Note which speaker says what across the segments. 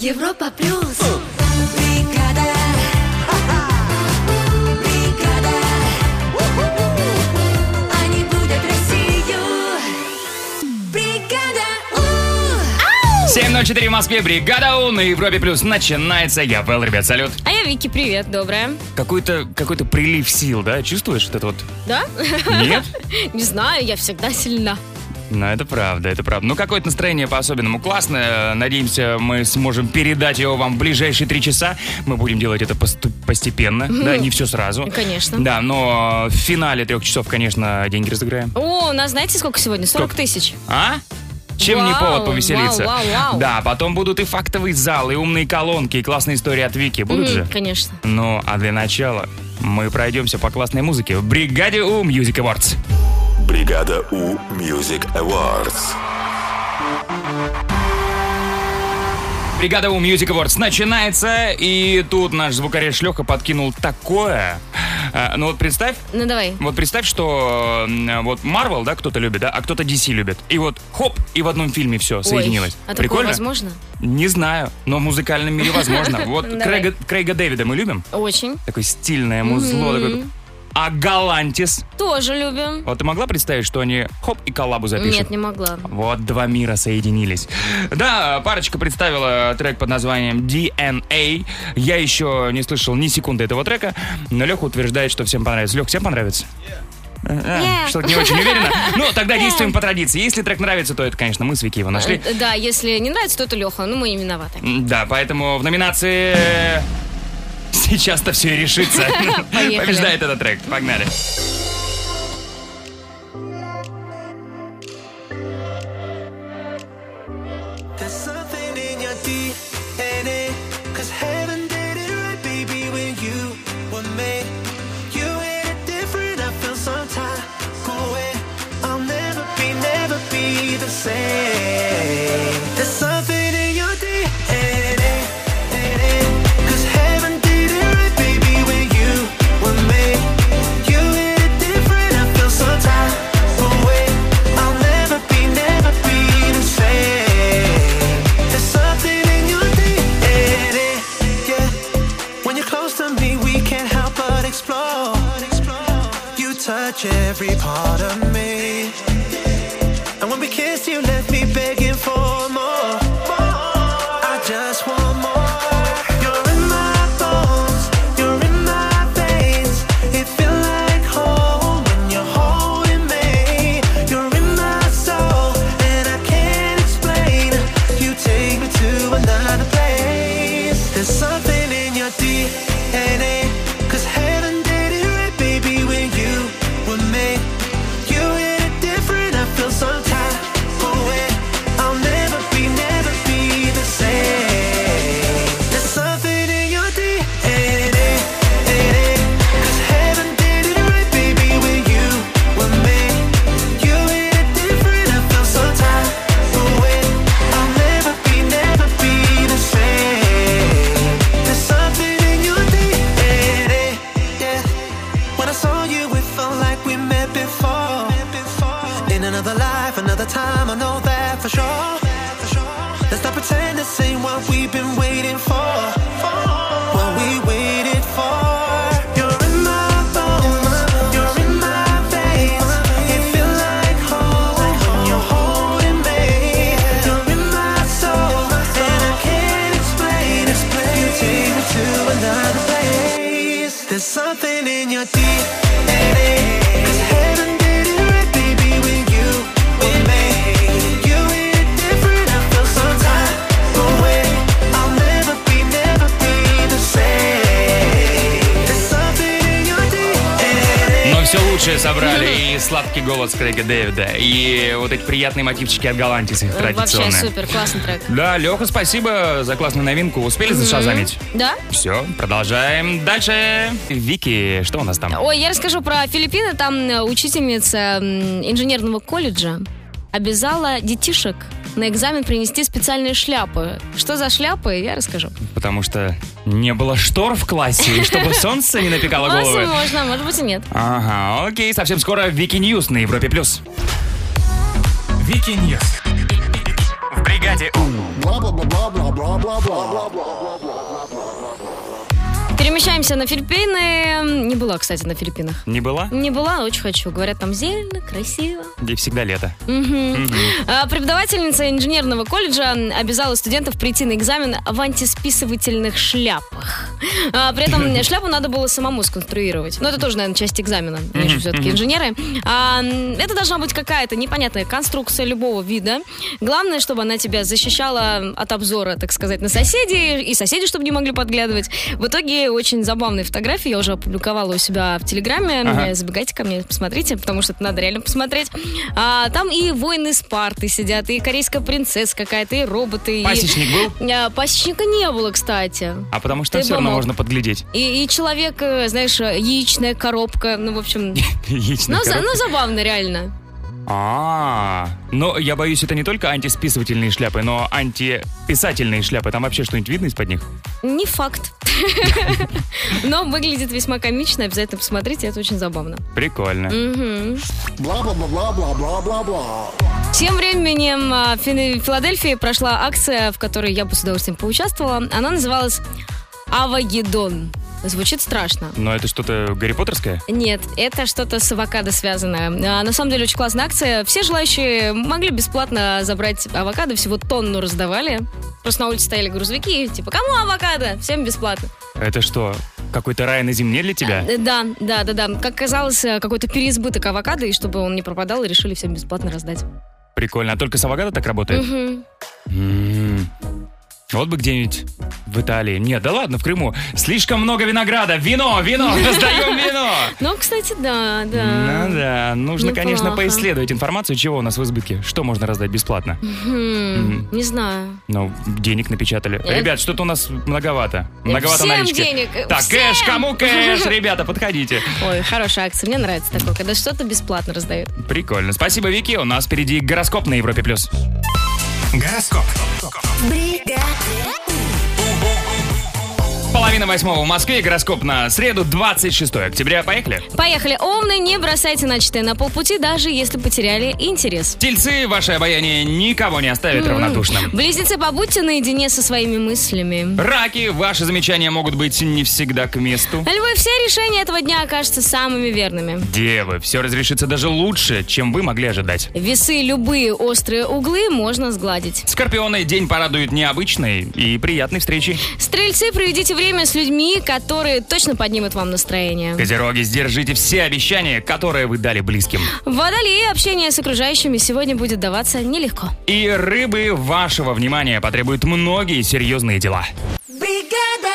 Speaker 1: Европа плюс. Бригада. Бригада. Они будят Россию. Бригада. У.
Speaker 2: 7.04 в Москве, бригада У на Европе Плюс. Начинается. Я Вэл, ребят, салют.
Speaker 3: А я Вики, привет, доброе.
Speaker 2: Какой-то какой-то прилив сил, да? Чувствуешь вот это вот?
Speaker 3: Да?
Speaker 2: Нет?
Speaker 3: Не знаю, я всегда сильна.
Speaker 2: Ну, это правда, это правда. Ну, какое-то настроение по-особенному классное. Надеемся, мы сможем передать его вам в ближайшие три часа. Мы будем делать это посту- постепенно, да, не все сразу.
Speaker 3: Конечно.
Speaker 2: Да, но в финале трех часов, конечно, деньги разыграем.
Speaker 3: О, у нас знаете сколько сегодня? 40 тысяч.
Speaker 2: А? Чем не
Speaker 3: Вау,
Speaker 2: повод повеселиться?
Speaker 3: вау, вау, вау.
Speaker 2: Да, потом будут и фактовый зал, и умные колонки, и классные истории от Вики. Будут
Speaker 3: М,
Speaker 2: же?
Speaker 3: Конечно.
Speaker 2: Ну, а для начала мы пройдемся по классной музыке в бригаде У Music Awards.
Speaker 4: Бригада У Music Awards.
Speaker 2: Бригада У Music Awards начинается, и тут наш звукорежь Леха подкинул такое. А, Ну вот представь,
Speaker 3: Ну давай.
Speaker 2: вот представь, что м, вот Marvel, да, кто-то любит, да, а кто-то DC любит. И вот хоп, и в одном фильме все соединилось.
Speaker 3: Ой, а такое
Speaker 2: Прикольно?
Speaker 3: возможно?
Speaker 2: Не знаю, но в музыкальном мире возможно. Вот
Speaker 3: Давай.
Speaker 2: Крейга, Крейга Дэвида мы любим.
Speaker 3: Очень.
Speaker 2: Такое стильное музло. такое. А Галантис?
Speaker 3: Тоже любим.
Speaker 2: Вот ты могла представить, что они хоп и коллабу запишут?
Speaker 3: Нет, не могла.
Speaker 2: Вот два мира соединились. Да, парочка представила трек под названием DNA. Я еще не слышал ни секунды этого трека, но Леха утверждает, что всем понравится. Лех, всем понравится? Э,
Speaker 3: Yeah.
Speaker 2: Что-то не очень уверена. Ну, тогда действуем по традиции. Если трек нравится, то это, конечно, мы с Вики его нашли.
Speaker 3: Э, Да, если не нравится, то это Леха. Ну, мы не виноваты.
Speaker 2: М, Да, поэтому в номинации... Сейчас-то все и решится.
Speaker 3: Поехали.
Speaker 2: Побеждает этот трек. Погнали.
Speaker 5: There's something in your DNA. Cause heaven did it right, baby, when you were made. You hit it different, I feel some type of way. I'll never be, never be the same. There's something in your DNA. Cause heaven did it right, baby, when you were made. You hit it different, I feel some type of way. I'll never be, never be the same. There's something in your DNA, yeah. When you're close to me, we can't help but explore. You touch every part of me. And when we kiss, you left me begging for more. I just want more. You're in my bones, you're in my veins. It feels like home when you're holding me. You're in my soul, and I can't explain. You take me to another place. There's something in your DNA. Cause heaven did it right, baby, when you were made. You hit it different, I feel so tired. I'll never be, never be the same. There's something in your DNA. Cause heaven did it right, baby, when you were made. You hit it different, I feel so tired. I'll never be, never be the same. There's something in your DNA. Yeah. When I saw you, it felt like we met before. In another life, another time, I know that for sure. Let's not pretend this ain't what we've been waiting for. What we waited for. You're in my bones, you're in my veins. It feels like home when you're holding me. You're in my soul, and I can't explain. You take me to another place. There's something in your DNA. 'Cause heaven did it right, baby, when you were made. You hit it different, I feel so tired away. I'll never be, never be the same. There's something in your DNA.
Speaker 2: Но все лучшее собрали. И сладкий голос Крейга Дэвида, и вот эти приятные мотивчики от Галантис их
Speaker 3: Э, Вообще
Speaker 2: традиционные.
Speaker 3: супер, классный трек.
Speaker 2: Да, Леха, спасибо за классную новинку. Успели зашазамить?
Speaker 3: Да?
Speaker 2: Все, продолжаем. Дальше. Вики, что у нас там?
Speaker 3: Ой, я расскажу про Филиппины. Там э, учительница м, инженерного колледжа обязала детишек на экзамен принести специальные шляпы. Что за шляпы, я расскажу.
Speaker 2: Потому что не было штор в классе, и чтобы солнце не напекало головы.
Speaker 3: Возможно, может быть и нет.
Speaker 2: Ага, окей, совсем скоро Вики Ньюс на Европе Плюс. Вики Ньюс. В бригаде У.
Speaker 3: Перемещаемся на Филиппины. Не была, кстати, на Филиппинах.
Speaker 2: Не была?
Speaker 3: Не была, очень хочу. Говорят, там зелено, красиво.
Speaker 2: Где всегда лето.
Speaker 3: А, Преподавательница инженерного колледжа обязала студентов прийти на экзамен в антисписывательных шляпах. А, При этом шляпу надо было самому сконструировать. Но это тоже, наверное, часть экзамена. Они же все-таки инженеры. А, м, Это должна быть какая-то непонятная конструкция любого вида. Главное, чтобы она тебя защищала от обзора, так сказать, на соседей, и соседи, чтобы не могли подглядывать. В итоге очень забавные фотографии. Я уже опубликовала у себя в Телеграме. Э, Забегайте ко мне, посмотрите, потому что это надо реально посмотреть. А, там и воины Спарты сидят, и корейская принцесса какая-то, и роботы. и-
Speaker 2: Пасечник был?
Speaker 3: А, пасечника не было, кстати.
Speaker 2: А потому что
Speaker 3: Ты
Speaker 2: все равно
Speaker 3: бы мог.
Speaker 2: можно подглядеть.
Speaker 3: И, и человек, э, знаешь, э, яичная коробка. Ну, в общем,
Speaker 2: Яичный
Speaker 3: ну, за-
Speaker 2: коробок.
Speaker 3: ну, забавно, реально.
Speaker 2: А, но я боюсь, это не только антисписывательные шляпы, но антиписательные шляпы. Там вообще что-нибудь видно из-под них?
Speaker 3: Не факт. Но выглядит весьма комично, обязательно посмотрите, это очень забавно.
Speaker 2: Прикольно.
Speaker 3: Тем временем а, в Фин- Филадельфии прошла акция, в которой я бы с удовольствием поучаствовала. Она называлась «Авагеддон». Звучит страшно.
Speaker 2: Но это что-то Гарри Поттерское?
Speaker 3: Нет, это что-то с авокадо связанное. А, на самом деле очень классная акция. Все желающие могли бесплатно забрать авокадо, всего тонну раздавали. Просто на улице стояли грузовики, и типа, кому авокадо? Всем бесплатно.
Speaker 2: Это что, какой-то рай на земле для тебя?
Speaker 3: Э, Да, да, да, да. Как казалось, э, какой-то переизбыток авокадо, и чтобы он не пропадал, решили всем бесплатно раздать.
Speaker 2: Прикольно. А только с авокадо так работает?
Speaker 3: Мгм.
Speaker 2: М. Вот бы где-нибудь в Италии. Нет, да ладно, в Крыму. Слишком много винограда. Вино, вино, раздаем вино.
Speaker 3: Ну, кстати, да, да.
Speaker 2: Ну да, нужно,
Speaker 3: Неплохо.
Speaker 2: конечно, поисследовать информацию, чего у нас в избытке. Что можно раздать бесплатно?
Speaker 3: Хм, Не знаю.
Speaker 2: Ну, денег напечатали.
Speaker 3: Э.
Speaker 2: Ребят, что-то у нас многовато. Многовато
Speaker 3: всем
Speaker 2: налички.
Speaker 3: денег, э,
Speaker 2: Так,
Speaker 3: всем!
Speaker 2: кэш, кому кэш? Ребята, подходите.
Speaker 3: Ой, хорошая акция. Мне нравится такое, когда что-то бесплатно раздают.
Speaker 2: Прикольно. Спасибо, Вики. У нас впереди гороскоп на Европе+. плюс.
Speaker 6: Гороскоп.
Speaker 2: Половина восьмого в Москве. Гороскоп на среду, 26 октября. Поехали.
Speaker 3: Поехали. Умный, не бросайте начатое на полпути, даже если потеряли интерес.
Speaker 2: Тельцы, ваше обаяние никого не оставит равнодушным.
Speaker 3: Близнецы, побудьте наедине со своими мыслями.
Speaker 2: Раки, ваши замечания могут быть не всегда к месту.
Speaker 3: Львы, все решения этого дня окажутся самыми верными.
Speaker 2: Девы, все разрешится даже лучше, чем вы могли ожидать.
Speaker 3: Весы, любые острые углы можно сгладить.
Speaker 2: Скорпионы день порадует необычной и приятной встречей.
Speaker 3: Стрельцы, проведите время с людьми, которые точно поднимут вам настроение.
Speaker 2: Козероги, сдержите все обещания, которые вы дали близким.
Speaker 3: Водолеи, общение с окружающими сегодня будет даваться нелегко.
Speaker 2: И рыбы вашего внимания потребуют многие серьезные дела.
Speaker 1: Бригада!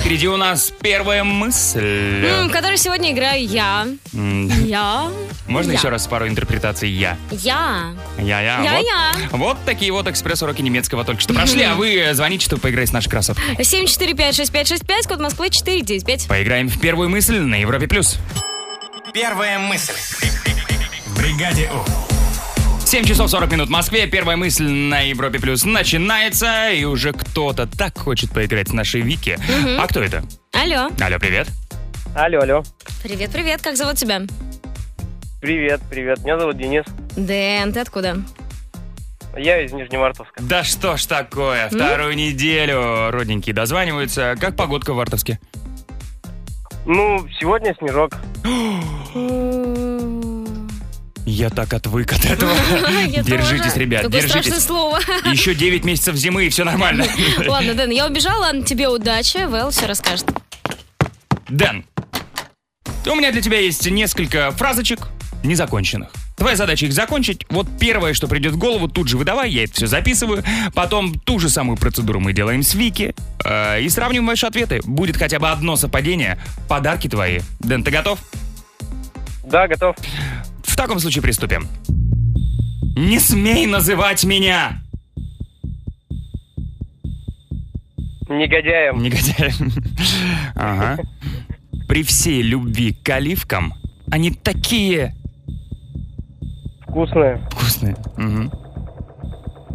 Speaker 2: Впереди у нас первая мысль.
Speaker 3: М, Который сегодня играю я.
Speaker 2: М,
Speaker 3: Я.
Speaker 2: Можно
Speaker 3: я.
Speaker 2: еще раз пару интерпретаций «я»?
Speaker 3: Я.
Speaker 2: Я-я.
Speaker 3: Я-я.
Speaker 2: Вот, вот такие вот экспресс-уроки немецкого только что прошли, а вы звоните, чтобы поиграть с нашей красоткой.
Speaker 3: 7456565, код Москвы 495.
Speaker 2: Поиграем в первую мысль на Европе+. плюс.
Speaker 6: Первая мысль. В бригаде У.
Speaker 2: 7 часов 40 минут в Москве. Первая мысль на Европе Плюс начинается. И уже кто-то так хочет поиграть с нашей Вики. А кто это?
Speaker 3: Алло.
Speaker 2: Алло, привет.
Speaker 7: Алло, алло.
Speaker 3: Привет, привет, как зовут тебя?
Speaker 7: Привет, привет. Меня зовут Денис.
Speaker 3: Дэн, ты откуда?
Speaker 7: Я из Нижневартовска.
Speaker 2: Да что ж такое, вторую неделю родненькие дозваниваются. Как погодка в Артовске?
Speaker 7: Ну, сегодня снежок.
Speaker 2: Я так отвык от этого.
Speaker 3: Я
Speaker 2: Держитесь,
Speaker 3: тоже.
Speaker 2: ребят,
Speaker 3: Какое страшное
Speaker 2: держитесь.
Speaker 3: слово.
Speaker 2: Еще 9 месяцев зимы, и все нормально.
Speaker 3: Ладно, Дэн, я убежала, тебе удачи, Вэл все расскажет.
Speaker 2: Дэн, у меня для тебя есть несколько фразочек незаконченных. Твоя задача их закончить. Вот первое, что придет в голову, тут же выдавай, я это все записываю. Потом ту же самую процедуру мы делаем с Вики. э, и сравним ваши ответы. Будет хотя бы одно совпадение. Подарки твои. Дэн, ты готов?
Speaker 7: Да, готов.
Speaker 2: В таком случае приступим. Не смей называть меня!
Speaker 7: Негодяем.
Speaker 2: Негодяй. Ага. При всей любви к оливкам, они такие
Speaker 7: Вкусное.
Speaker 2: Вкусные.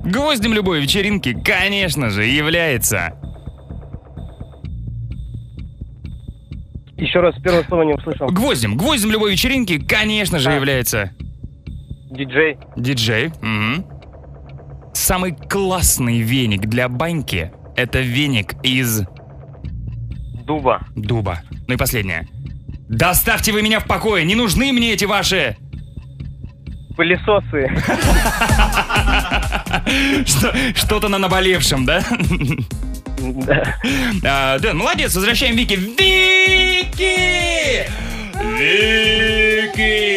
Speaker 2: Гвоздем любой вечеринки, конечно же, является.
Speaker 7: Еще раз первое слово не услышал.
Speaker 2: Гвоздем, гвоздем любой вечеринки, конечно же, является.
Speaker 7: Диджей.
Speaker 2: Диджей. Мгм. Самый классный веник для баньки – это веник из
Speaker 7: Дуба.
Speaker 2: дуба. Ну и последнее. Доставьте вы меня в покое, не нужны мне эти ваши...
Speaker 7: Пылесосы.
Speaker 2: Что- Что-то на наболевшем, да?
Speaker 7: Да.
Speaker 2: А, Дэн, молодец, возвращаем Вики. Вики! Вики!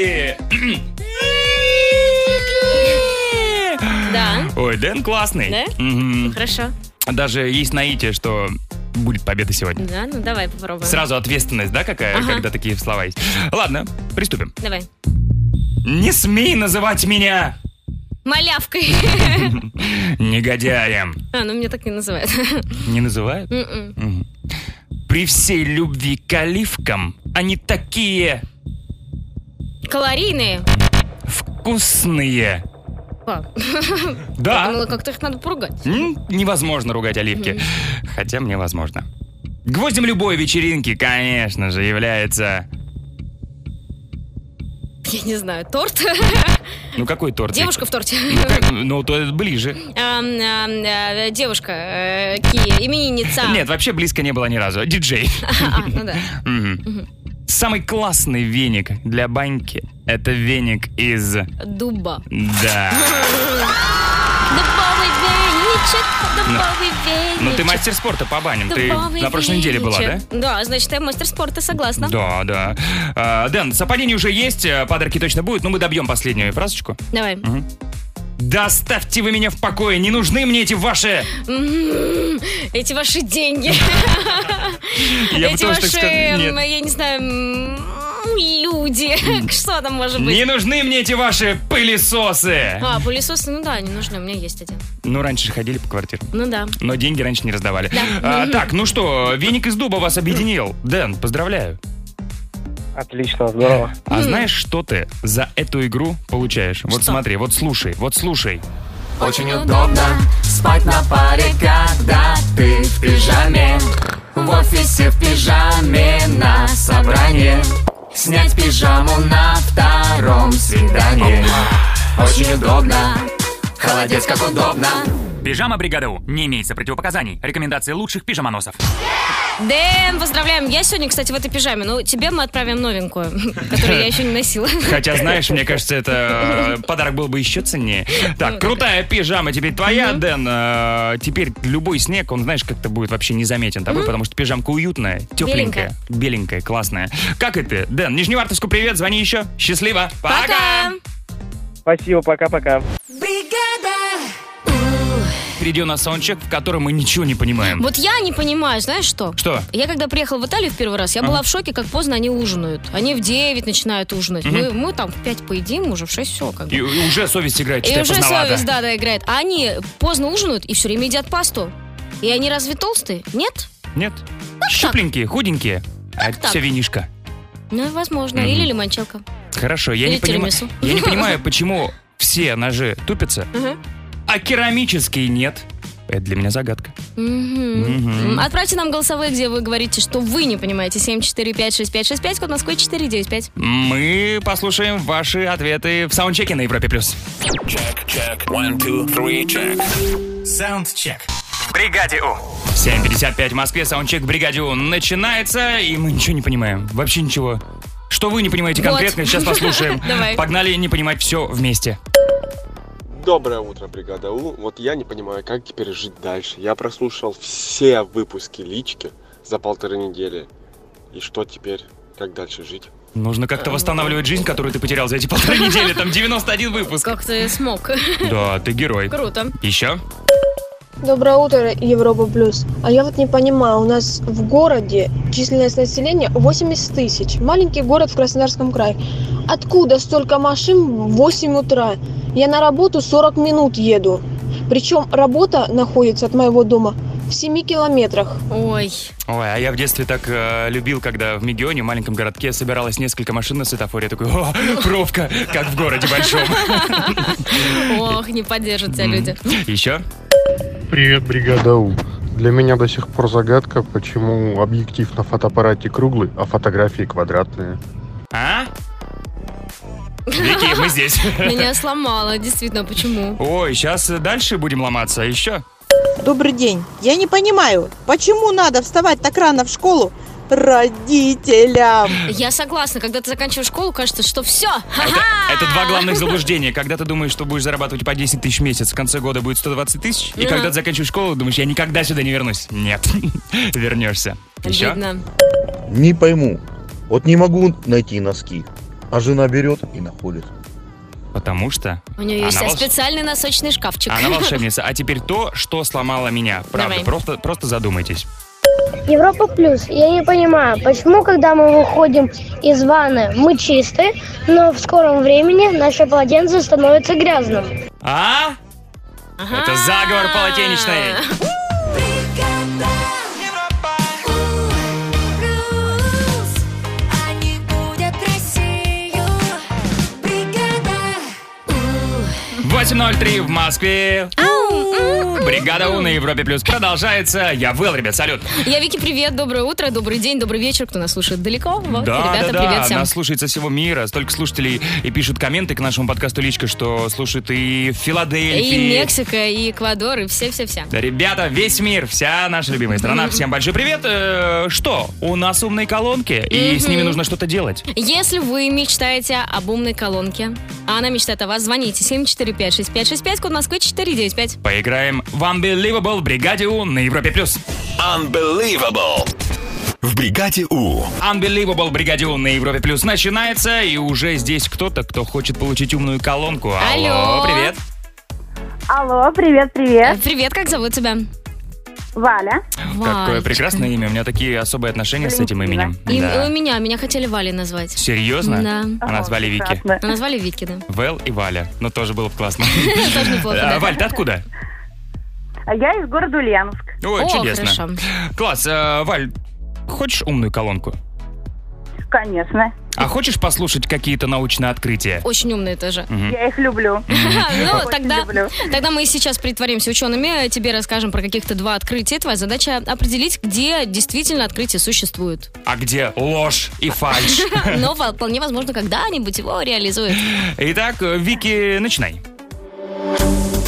Speaker 2: Вики!
Speaker 3: Да.
Speaker 2: Ой, Дэн классный.
Speaker 3: Да?
Speaker 2: Мгм.
Speaker 3: Хорошо.
Speaker 2: Даже есть наитие, что будет победа сегодня.
Speaker 3: Да, ну давай попробуем.
Speaker 2: Сразу ответственность, да, какая,
Speaker 3: Ага.
Speaker 2: когда такие слова есть. Ладно, приступим.
Speaker 3: Давай.
Speaker 2: Не смей называть меня
Speaker 3: Малявкой.
Speaker 2: негодяем.
Speaker 3: А, ну меня так не называют.
Speaker 2: Не называют?
Speaker 3: М-м.
Speaker 2: Мгм. При всей любви к оливкам они такие
Speaker 3: Калорийные.
Speaker 2: вкусные.
Speaker 3: Па,
Speaker 2: Да.
Speaker 3: Ну как-то их надо поругать.
Speaker 2: М, Невозможно ругать оливки. Хотя мне возможно. Гвоздем любой вечеринки, конечно же, является...
Speaker 3: Я не знаю, торт.
Speaker 2: Ну какой торт?
Speaker 3: Девушка в торте.
Speaker 2: Ну, как- Ну, то это ближе.
Speaker 3: Ам, ам, э, Девушка, э, ки- именинница.
Speaker 2: Нет, вообще близко не было ни разу. Диджей.
Speaker 3: А, ну да.
Speaker 2: Мгм. Самый классный веник для баньки – это веник из...
Speaker 3: Дуба.
Speaker 2: Да.
Speaker 3: Дубовый веничек, дубовый веничек.
Speaker 2: Ну, ты мастер спорта по баням. Ты
Speaker 3: дубовый
Speaker 2: на прошлой неделе была, да?
Speaker 3: веничек. Да, значит, я мастер спорта, согласна.
Speaker 2: Да, да. А, Дэн, совпадение уже есть, э, подарки точно будут, но мы добьем последнюю фразочку.
Speaker 3: Давай.
Speaker 2: Доставьте вы меня в покое, не нужны мне эти ваши...
Speaker 3: М, Эти ваши деньги.
Speaker 2: бы
Speaker 3: Эти
Speaker 2: тоже так
Speaker 3: ваши,
Speaker 2: сказал.
Speaker 3: м,
Speaker 2: Нет.
Speaker 3: я не знаю, м, люди. Что там может
Speaker 2: Не
Speaker 3: быть?
Speaker 2: нужны мне эти ваши пылесосы.
Speaker 3: А, пылесосы, ну да, они нужны, у меня есть один.
Speaker 2: Ну, раньше же ходили по квартирам.
Speaker 3: Ну да.
Speaker 2: Но деньги раньше не раздавали. А, так, ну что, веник из дуба вас объединил. Дэн, поздравляю.
Speaker 7: Отлично, здорово.
Speaker 2: А знаешь, что ты за эту игру получаешь? Вот смотри, вот слушай, вот слушай.
Speaker 8: Очень удобно спать на паре, когда ты в пижаме В офисе в пижаме на собрании Снять пижаму на втором свидании Очень удобно, холодец как удобно
Speaker 6: Пижама бригада У. Не имеется противопоказаний. Рекомендации лучших пижамоносов.
Speaker 3: Дэн, поздравляем. Я сегодня, кстати, в этой пижаме. Ну, тебе мы отправим новенькую, которую я еще не носила.
Speaker 2: Хотя, знаешь, мне кажется, это э, подарок был бы еще ценнее. Так,
Speaker 3: Ну,
Speaker 2: крутая пижама теперь твоя, Дэн. Э, Теперь любой снег, он, знаешь, как-то будет вообще незаметен тобой, потому что пижамка уютная, тепленькая,
Speaker 3: Беленькая.
Speaker 2: беленькая, классная. Как и ты? Дэн, Нижневартовску привет, звони еще. Счастливо.
Speaker 3: Пока!
Speaker 7: Спасибо, пока-пока.
Speaker 1: бригада,
Speaker 2: Впереди у нас саундчек, в котором мы ничего не понимаем.
Speaker 3: Вот я не понимаю, знаешь что?
Speaker 2: Что?
Speaker 3: Я когда приехала в Италию в первый раз, я была в шоке, как поздно они ужинают. Они в 9 начинают ужинать. Мы, мы там в 5 поедим, уже в 6 все как бы.
Speaker 2: И, и уже совесть играет,
Speaker 3: И
Speaker 2: что
Speaker 3: уже совесть, да, да, играет. А они поздно ужинают и все время едят пасту. И они разве толстые? Нет?
Speaker 2: Нет? Щупленькие, худенькие. А это
Speaker 3: так.
Speaker 2: все винишко.
Speaker 3: Ну, возможно.
Speaker 2: Мгм.
Speaker 3: Или лимончелка.
Speaker 2: Хорошо, я
Speaker 3: Или
Speaker 2: не, понимаю,
Speaker 3: тирамису.
Speaker 2: я не понимаю, почему все ножи тупятся,
Speaker 3: Ага.
Speaker 2: а керамические нет. Это для меня загадка.
Speaker 3: Мгм. М, Отправьте нам голосовые, где вы говорите, что вы не понимаете. 7456565, код Москвы 495.
Speaker 2: Мы послушаем ваши ответы в саундчеке на Европе+. плюс.
Speaker 4: Check. One, two, three, check.
Speaker 6: Саундчек. В бригаде У.
Speaker 2: 7.55 в Москве, саундчек в «Бригаде У» начинается, и мы ничего не понимаем. Вообще ничего. Что вы не понимаете
Speaker 3: Вот.
Speaker 2: конкретно, сейчас послушаем.
Speaker 3: Давай.
Speaker 2: Погнали не понимать все вместе.
Speaker 9: Доброе утро, бригада У. Вот я не понимаю, как теперь жить дальше. Я прослушал все выпуски лички за полторы недели. И что теперь? Как дальше жить?
Speaker 2: Нужно как-то восстанавливать жизнь, которую ты потерял за эти полторы недели. Там 91 выпуск.
Speaker 3: Как ты смог?
Speaker 2: Да, ты герой.
Speaker 3: Круто.
Speaker 2: Еще?
Speaker 10: Доброе утро, Европа Плюс. А я вот не понимаю, у нас в городе численность населения 80 тысяч. Маленький город в Краснодарском крае. Откуда столько машин в 8 утра? Я на работу 40 минут еду. Причем работа находится от моего дома в 7 километрах.
Speaker 3: Ой.
Speaker 2: Ой, а я в детстве так э, любил, когда в Мегионе, маленьком городке, собиралось несколько машин на светофоре. Я такой, о, пробка, как в городе большом.
Speaker 3: Ох, не поддержат тебя люди.
Speaker 2: Еще?
Speaker 11: Привет, бригада У. Для меня до сих пор загадка, почему объектив на фотоаппарате круглый, а фотографии квадратные.
Speaker 2: А? Вики, мы здесь.
Speaker 3: Меня сломало, действительно, почему?
Speaker 2: Ой, сейчас дальше будем ломаться. А еще?
Speaker 12: Добрый день. Я не понимаю, почему надо вставать так рано в школу родителям?
Speaker 3: Я согласна, когда ты заканчиваешь школу, кажется, что все.
Speaker 2: э, Это два главных заблуждения. Когда ты думаешь, что будешь зарабатывать по 10 тысяч в месяц, в конце года будет 120 тысяч. И
Speaker 3: Ага.
Speaker 2: когда ты заканчиваешь школу, думаешь, я никогда сюда не вернусь. Нет, вернешься. Еще?
Speaker 3: Видно.
Speaker 13: Не пойму. Вот не могу найти носки. А жена берет и находит.
Speaker 2: Потому что
Speaker 3: У нее есть
Speaker 2: Она волш-
Speaker 3: специальный носочный шкафчик.
Speaker 2: она волшебница. А теперь то, что сломало меня. Правда,
Speaker 3: Давай.
Speaker 2: просто, просто задумайтесь.
Speaker 14: Европа плюс. Я не понимаю, почему, когда мы выходим из ванны, мы чисты, но в скором времени наше полотенце становится грязным.
Speaker 2: А? Это заговор полотенечный.
Speaker 1: Плюс они будут Россию. Бригада.
Speaker 2: 8.03 в Москве.
Speaker 3: А.
Speaker 2: Бригада У на Европе Плюс продолжается. Я был, ребят, салют.
Speaker 3: Я Вики, привет, доброе утро, добрый день, добрый вечер, кто нас слушает далеко. Вот,
Speaker 2: Да, да,
Speaker 3: ребята,
Speaker 2: да.
Speaker 3: привет всем.
Speaker 2: Нас слушает со всего мира. Столько слушателей и пишут комменты к нашему подкасту личка, что слушают и в Филадельфии.
Speaker 3: И Мексика, и Эквадор, и все-все-все.
Speaker 2: Да, Ребята, весь мир, вся наша любимая страна. Всем большой привет. Э, Что? У нас умные колонки, и
Speaker 3: Мгм.
Speaker 2: с ними нужно что-то делать.
Speaker 3: Если вы мечтаете об умной колонке, а она мечтает о вас, звоните 745-6565, код Москвы 495.
Speaker 2: Поиграем в Unbelievable Бригаде У на Европе Плюс. Unbelievable. В Бригаде У. Unbelievable Бригаде У на Европе Плюс начинается, и уже здесь кто-то, кто хочет получить умную колонку.
Speaker 3: Алло.
Speaker 2: привет.
Speaker 15: Алло, привет, привет.
Speaker 3: Привет, как зовут тебя?
Speaker 15: Валя.
Speaker 2: Какое прекрасное имя. У меня такие особые отношения с этим именем.
Speaker 3: И
Speaker 2: Да.
Speaker 3: у меня, меня хотели Валей назвать.
Speaker 2: Серьезно?
Speaker 3: Да.
Speaker 2: А назвали Вики.
Speaker 3: А Назвали Вики, да. Ну,
Speaker 2: Вэл и Валя. Ну, тоже было бы классно.
Speaker 3: Тоже неплохо,
Speaker 2: А,
Speaker 3: да.
Speaker 2: Валь, ты откуда?
Speaker 15: А Я из города Ульяновск.
Speaker 2: Ой, чудесно. Класс. Э, Валь, хочешь умную колонку?
Speaker 15: Конечно.
Speaker 2: А хочешь послушать какие-то научные открытия?
Speaker 3: Очень умные тоже.
Speaker 2: Мгм.
Speaker 15: Я их люблю.
Speaker 3: Ну, тогда, тогда мы сейчас притворимся учеными, тебе расскажем про каких-то два открытия. Твоя задача определить, где действительно открытие существует.
Speaker 2: А где ложь и фальш?
Speaker 3: Но во- вполне возможно, когда-нибудь его реализуют.
Speaker 2: Итак, э, Вики, начинай.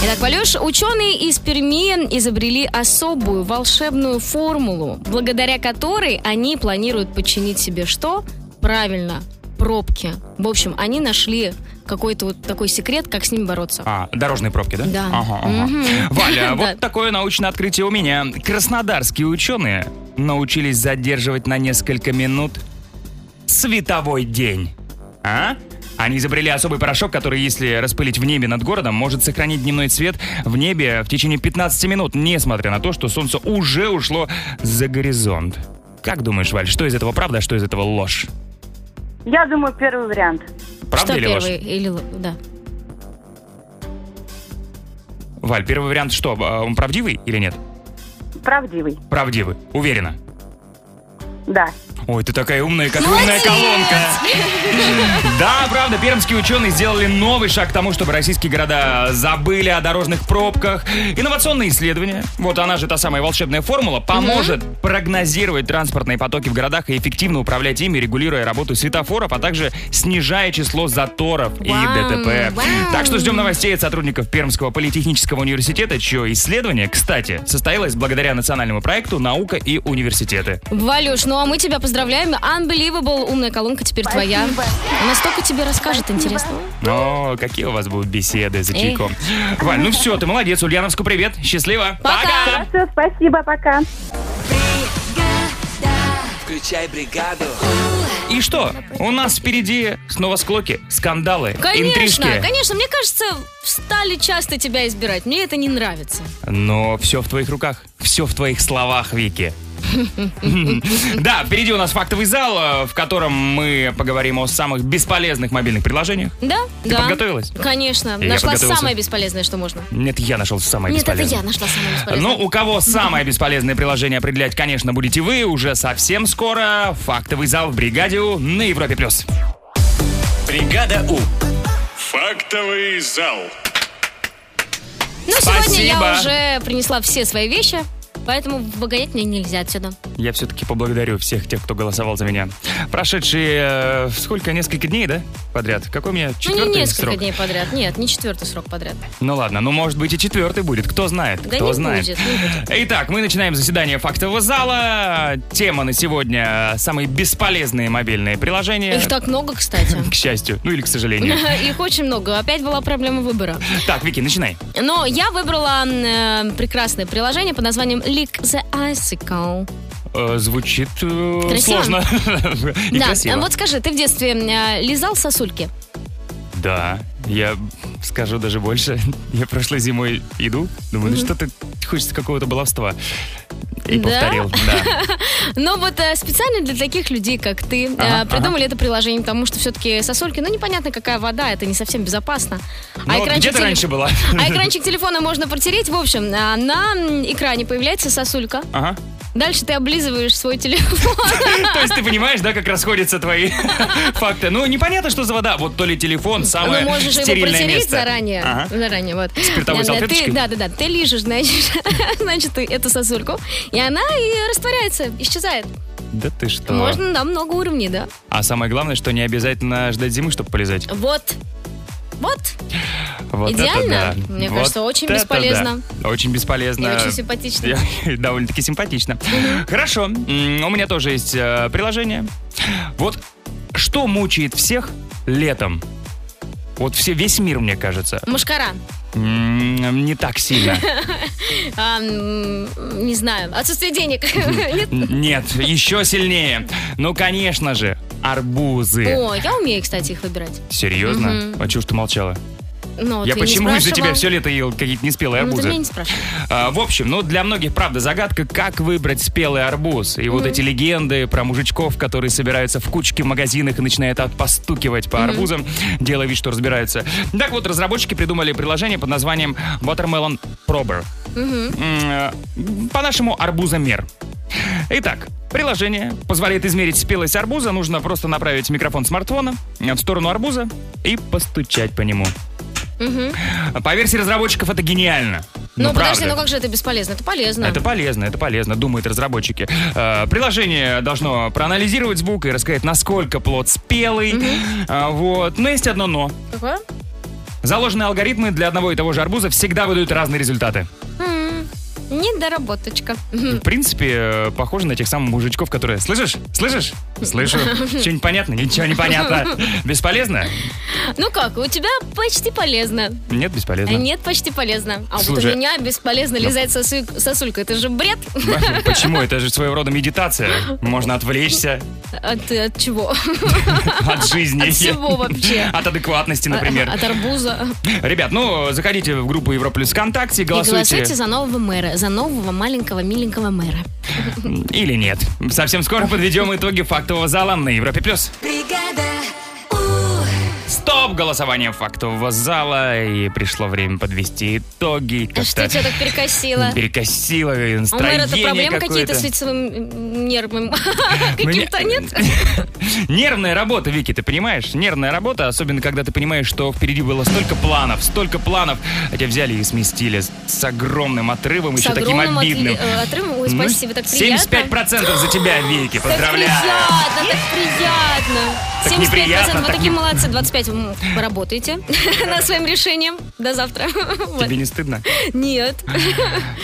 Speaker 3: Итак, Валюш, ученые из Перми изобрели особую волшебную формулу, благодаря которой они планируют подчинить себе что? Правильно, пробки. В общем, они нашли какой-то вот такой секрет, как с ними бороться.
Speaker 2: А, дорожные пробки, да?
Speaker 3: Да.
Speaker 2: Ага, ага.
Speaker 3: Мгм.
Speaker 2: Валя,
Speaker 3: Да.
Speaker 2: вот такое научное открытие у меня. Краснодарские ученые научились задерживать на несколько минут световой день. А? Они изобрели особый порошок, который, если распылить в небе над городом, может сохранить дневной цвет в небе в течение 15 минут, несмотря на то, что солнце уже ушло за горизонт. Как думаешь, Валь, что из этого правда, а что из этого ложь?
Speaker 15: Я думаю, первый вариант.
Speaker 2: Правда
Speaker 3: что
Speaker 2: или ложь?
Speaker 3: первый? Или л- да.
Speaker 2: Валь, первый вариант что? а, Он правдивый или нет?
Speaker 15: Правдивый.
Speaker 2: Правдивый. Уверена.
Speaker 15: Да.
Speaker 2: Ой, ты такая умная, как умная колонка. Да, правда, пермские ученые сделали новый шаг к тому, чтобы российские города забыли о дорожных пробках. Инновационные исследования, вот она же та самая волшебная формула, поможет прогнозировать транспортные потоки в городах и эффективно управлять ими, регулируя работу светофоров, а также снижая число заторов и
Speaker 16: Вау,
Speaker 2: ДТП.
Speaker 16: вау.
Speaker 2: Так что ждем новостей от сотрудников Пермского политехнического университета, чье исследование, кстати, состоялось благодаря национальному проекту «Наука и университеты».
Speaker 3: Валюш, ну а мы тебя поздравляем. Unbelievable, умная колонка теперь твоя. Она столько тебе расскажет интересного.
Speaker 2: О, какие у вас будут беседы за чайком. Валь, ну все, ты молодец. Ульяновску привет. Счастливо.
Speaker 15: Пока. Все, спасибо, пока.
Speaker 17: Включай бригаду.
Speaker 2: И что? У нас впереди снова склоки, скандалы,
Speaker 3: Конечно,
Speaker 2: интрижки.
Speaker 3: конечно, мне кажется, стали часто тебя избирать. Мне это не нравится.
Speaker 2: Но все в твоих руках, все в твоих словах, Вики. Да, впереди у нас фактовый зал, э, в котором мы поговорим о самых бесполезных мобильных приложениях.
Speaker 3: Да?
Speaker 2: Ты
Speaker 3: да.
Speaker 2: подготовилась?
Speaker 3: Конечно,
Speaker 2: Я
Speaker 3: нашла
Speaker 2: подготовился.
Speaker 3: самое бесполезное, что можно.
Speaker 2: Нет, я нашел самое
Speaker 3: Нет, это
Speaker 2: бесполезное.
Speaker 3: я нашла самое бесполезное.
Speaker 2: Ну, у кого самое бесполезное приложение определять, конечно, будете вы. Уже совсем скоро фактовый зал в бригаде У на Европе плюс. Бригада У.
Speaker 18: Фактовый зал.
Speaker 3: Но сегодня я Ну,
Speaker 2: спасибо.
Speaker 3: уже принесла все свои вещи. Поэтому выгонять меня нельзя отсюда. Ну,
Speaker 2: Я все-таки поблагодарю всех тех, кто голосовал за меня. Прошедшие э, сколько, несколько дней, да, подряд? Какой у меня четвертый
Speaker 3: ну, не несколько
Speaker 2: срок?
Speaker 3: дней подряд. Нет, не четвертый срок подряд.
Speaker 2: Ну ладно, ну может быть и четвертый будет, кто знает,
Speaker 3: Да
Speaker 2: кто
Speaker 3: не
Speaker 2: знает.
Speaker 3: будет, не будет.
Speaker 2: Итак, мы начинаем заседание фактового зала. Тема на сегодня самые бесполезные мобильные приложения.
Speaker 3: Их так много, кстати.
Speaker 2: К счастью, ну или к сожалению.
Speaker 3: Их очень много. Опять была проблема выбора.
Speaker 2: Так, Вики, начинай.
Speaker 3: Но Ну, я выбрала м, э, прекрасное приложение под названием Lick the Icicle.
Speaker 2: Э, Звучит э,
Speaker 3: Красиво?
Speaker 2: сложно. И
Speaker 3: да,
Speaker 2: красиво.
Speaker 3: э, вот скажи, ты в детстве э, лизал сосульки?
Speaker 2: Да, я скажу даже больше. Я прошлой зимой иду, думаю, ну
Speaker 3: Мгм.
Speaker 2: что ты хочется какого-то баловства. И
Speaker 3: Да?
Speaker 2: повторил, да.
Speaker 3: Но вот э, специально для таких людей, как ты, э,
Speaker 2: Ага,
Speaker 3: придумали это приложение, потому что все-таки сосульки, ну непонятно какая вода, это не совсем безопасно. А
Speaker 2: Ну, вот где ты
Speaker 3: теле-
Speaker 2: раньше была?
Speaker 3: А экранчик телефона можно протереть. В общем, а, на м, экране появляется сосулька.
Speaker 2: Ага.
Speaker 3: Дальше ты облизываешь свой телефон.
Speaker 2: То есть ты понимаешь, да, как расходятся твои факты. Ну, непонятно, что за вода. Вот то ли телефон, самое
Speaker 3: Ну, можешь его
Speaker 2: А стерильное
Speaker 3: протереть
Speaker 2: место.
Speaker 3: заранее.
Speaker 2: Ага.
Speaker 3: Заранее, вот.
Speaker 2: Спиртовой
Speaker 3: Да, да,
Speaker 2: салфеточкой?
Speaker 3: ты- Да, да, да. Ты лижешь, значит, значит, ты эту сосульку, и она и растворяется, исчезает.
Speaker 2: Да ты что?
Speaker 3: Можно, да, много уровней, да.
Speaker 2: А самое главное, что не обязательно ждать зимы, чтобы полезать.
Speaker 3: Вот. Вот.
Speaker 2: Вот это
Speaker 3: Идеально?
Speaker 2: да.
Speaker 3: Мне
Speaker 2: Вот
Speaker 3: кажется, очень
Speaker 2: это
Speaker 3: бесполезно.
Speaker 2: да. Очень бесполезно.
Speaker 3: И очень симпатично.
Speaker 2: Я- Довольно-таки симпатично. Хорошо. М, У меня тоже есть э, приложение. Вот что мучает всех летом? Вот все, весь мир, мне кажется.
Speaker 3: Мушкара.
Speaker 2: М, Не так сильно.
Speaker 3: А, м, Не знаю. Отсутствие денег. Нет?
Speaker 2: Нет, еще сильнее. Ну, конечно же, арбузы.
Speaker 3: О, я умею, кстати, их выбирать.
Speaker 2: Серьезно?
Speaker 3: Мгм.
Speaker 2: А чего ж ты молчала?
Speaker 3: Ну, вот
Speaker 2: Я
Speaker 3: ты не
Speaker 2: почему из-за тебя
Speaker 3: спрашивал.
Speaker 2: все лето ел какие-то неспелые
Speaker 3: Ну, ты
Speaker 2: арбузы?
Speaker 3: меня не спрашивай.
Speaker 2: А, В общем, ну для многих, правда, загадка, как выбрать спелый арбуз. И вот
Speaker 3: Мгм.
Speaker 2: эти легенды про мужичков, которые собираются в кучке в магазинах и начинают от- постукивать по
Speaker 3: Мгм.
Speaker 2: арбузам, делая вид, что разбираются. Так вот, разработчики придумали приложение под названием Watermelon Prober.
Speaker 3: Мгм.
Speaker 2: М, э, По-нашему, арбузомер. Итак, приложение позволяет измерить спелость арбуза. Нужно просто направить микрофон смартфона в сторону арбуза и постучать по нему.
Speaker 3: Мгм.
Speaker 2: По версии разработчиков это гениально.
Speaker 3: Ну, подожди,
Speaker 2: правда.
Speaker 3: ну как же это бесполезно? Это полезно.
Speaker 2: Это полезно, это полезно, думают разработчики. Э, Приложение должно проанализировать звук и рассказать, насколько плод спелый. А, Вот. Но есть одно но.
Speaker 3: Какое?
Speaker 2: Заложенные алгоритмы для одного и того же арбуза всегда выдают разные результаты.
Speaker 3: М, Недоработочка.
Speaker 2: В принципе, э, похоже на тех самых мужичков, которые... Слышишь? Слышишь? Слышу. Что-нибудь понятно? Ничего не понятно. Бесполезно?
Speaker 3: Ну как, у тебя почти полезно.
Speaker 2: Нет, бесполезно.
Speaker 3: А Нет, почти полезно. А
Speaker 2: Слушай,
Speaker 3: вот у меня бесполезно
Speaker 2: ну-
Speaker 3: лизать сосу- сосульку. Это же бред.
Speaker 2: Почему? Это же своего рода медитация. Можно отвлечься
Speaker 3: От, от чего?
Speaker 2: от жизни.
Speaker 3: От всего вообще.
Speaker 2: От адекватности, например.
Speaker 3: От арбуза.
Speaker 2: Ребят, ну, заходите в группу Европа Плюс ВКонтакте,
Speaker 3: И
Speaker 2: голосуйте.
Speaker 3: голосуйте за нового мэра, за нового маленького миленького мэра.
Speaker 2: Или нет. Совсем скоро подведем итоги фактового зала на Европе+. плюс.
Speaker 1: Бригада,
Speaker 2: Стоп! Голосование фактового зала. И пришло время подвести итоги. Как-то
Speaker 3: А Что тебя так перекосило?
Speaker 2: Перекосило и
Speaker 3: А У мэра
Speaker 2: настроение
Speaker 3: это проблемы
Speaker 2: какое-то.
Speaker 3: какие-то с лицевым нервом. Каким-то нет?
Speaker 2: Нервная работа, Вики, ты понимаешь? Нервная работа, особенно когда ты понимаешь, что впереди было столько планов, столько планов, а тебя взяли и сместили с, с огромным отрывом,
Speaker 3: С
Speaker 2: еще таким
Speaker 3: огромным
Speaker 2: обидным.
Speaker 3: отли- э, отрывом. Ой,
Speaker 2: Ну,
Speaker 3: спасибо, так приятно.
Speaker 2: 75% за тебя, Вики,
Speaker 3: Так
Speaker 2: поздравляю.
Speaker 3: приятно, так приятно.
Speaker 2: Так
Speaker 3: 75%,
Speaker 2: неприятно,
Speaker 3: вы
Speaker 2: так
Speaker 3: такие
Speaker 2: не-
Speaker 3: молодцы, 25 м, поработайте над своим решением. До завтра. Вот.
Speaker 2: Тебе не стыдно?
Speaker 3: Нет.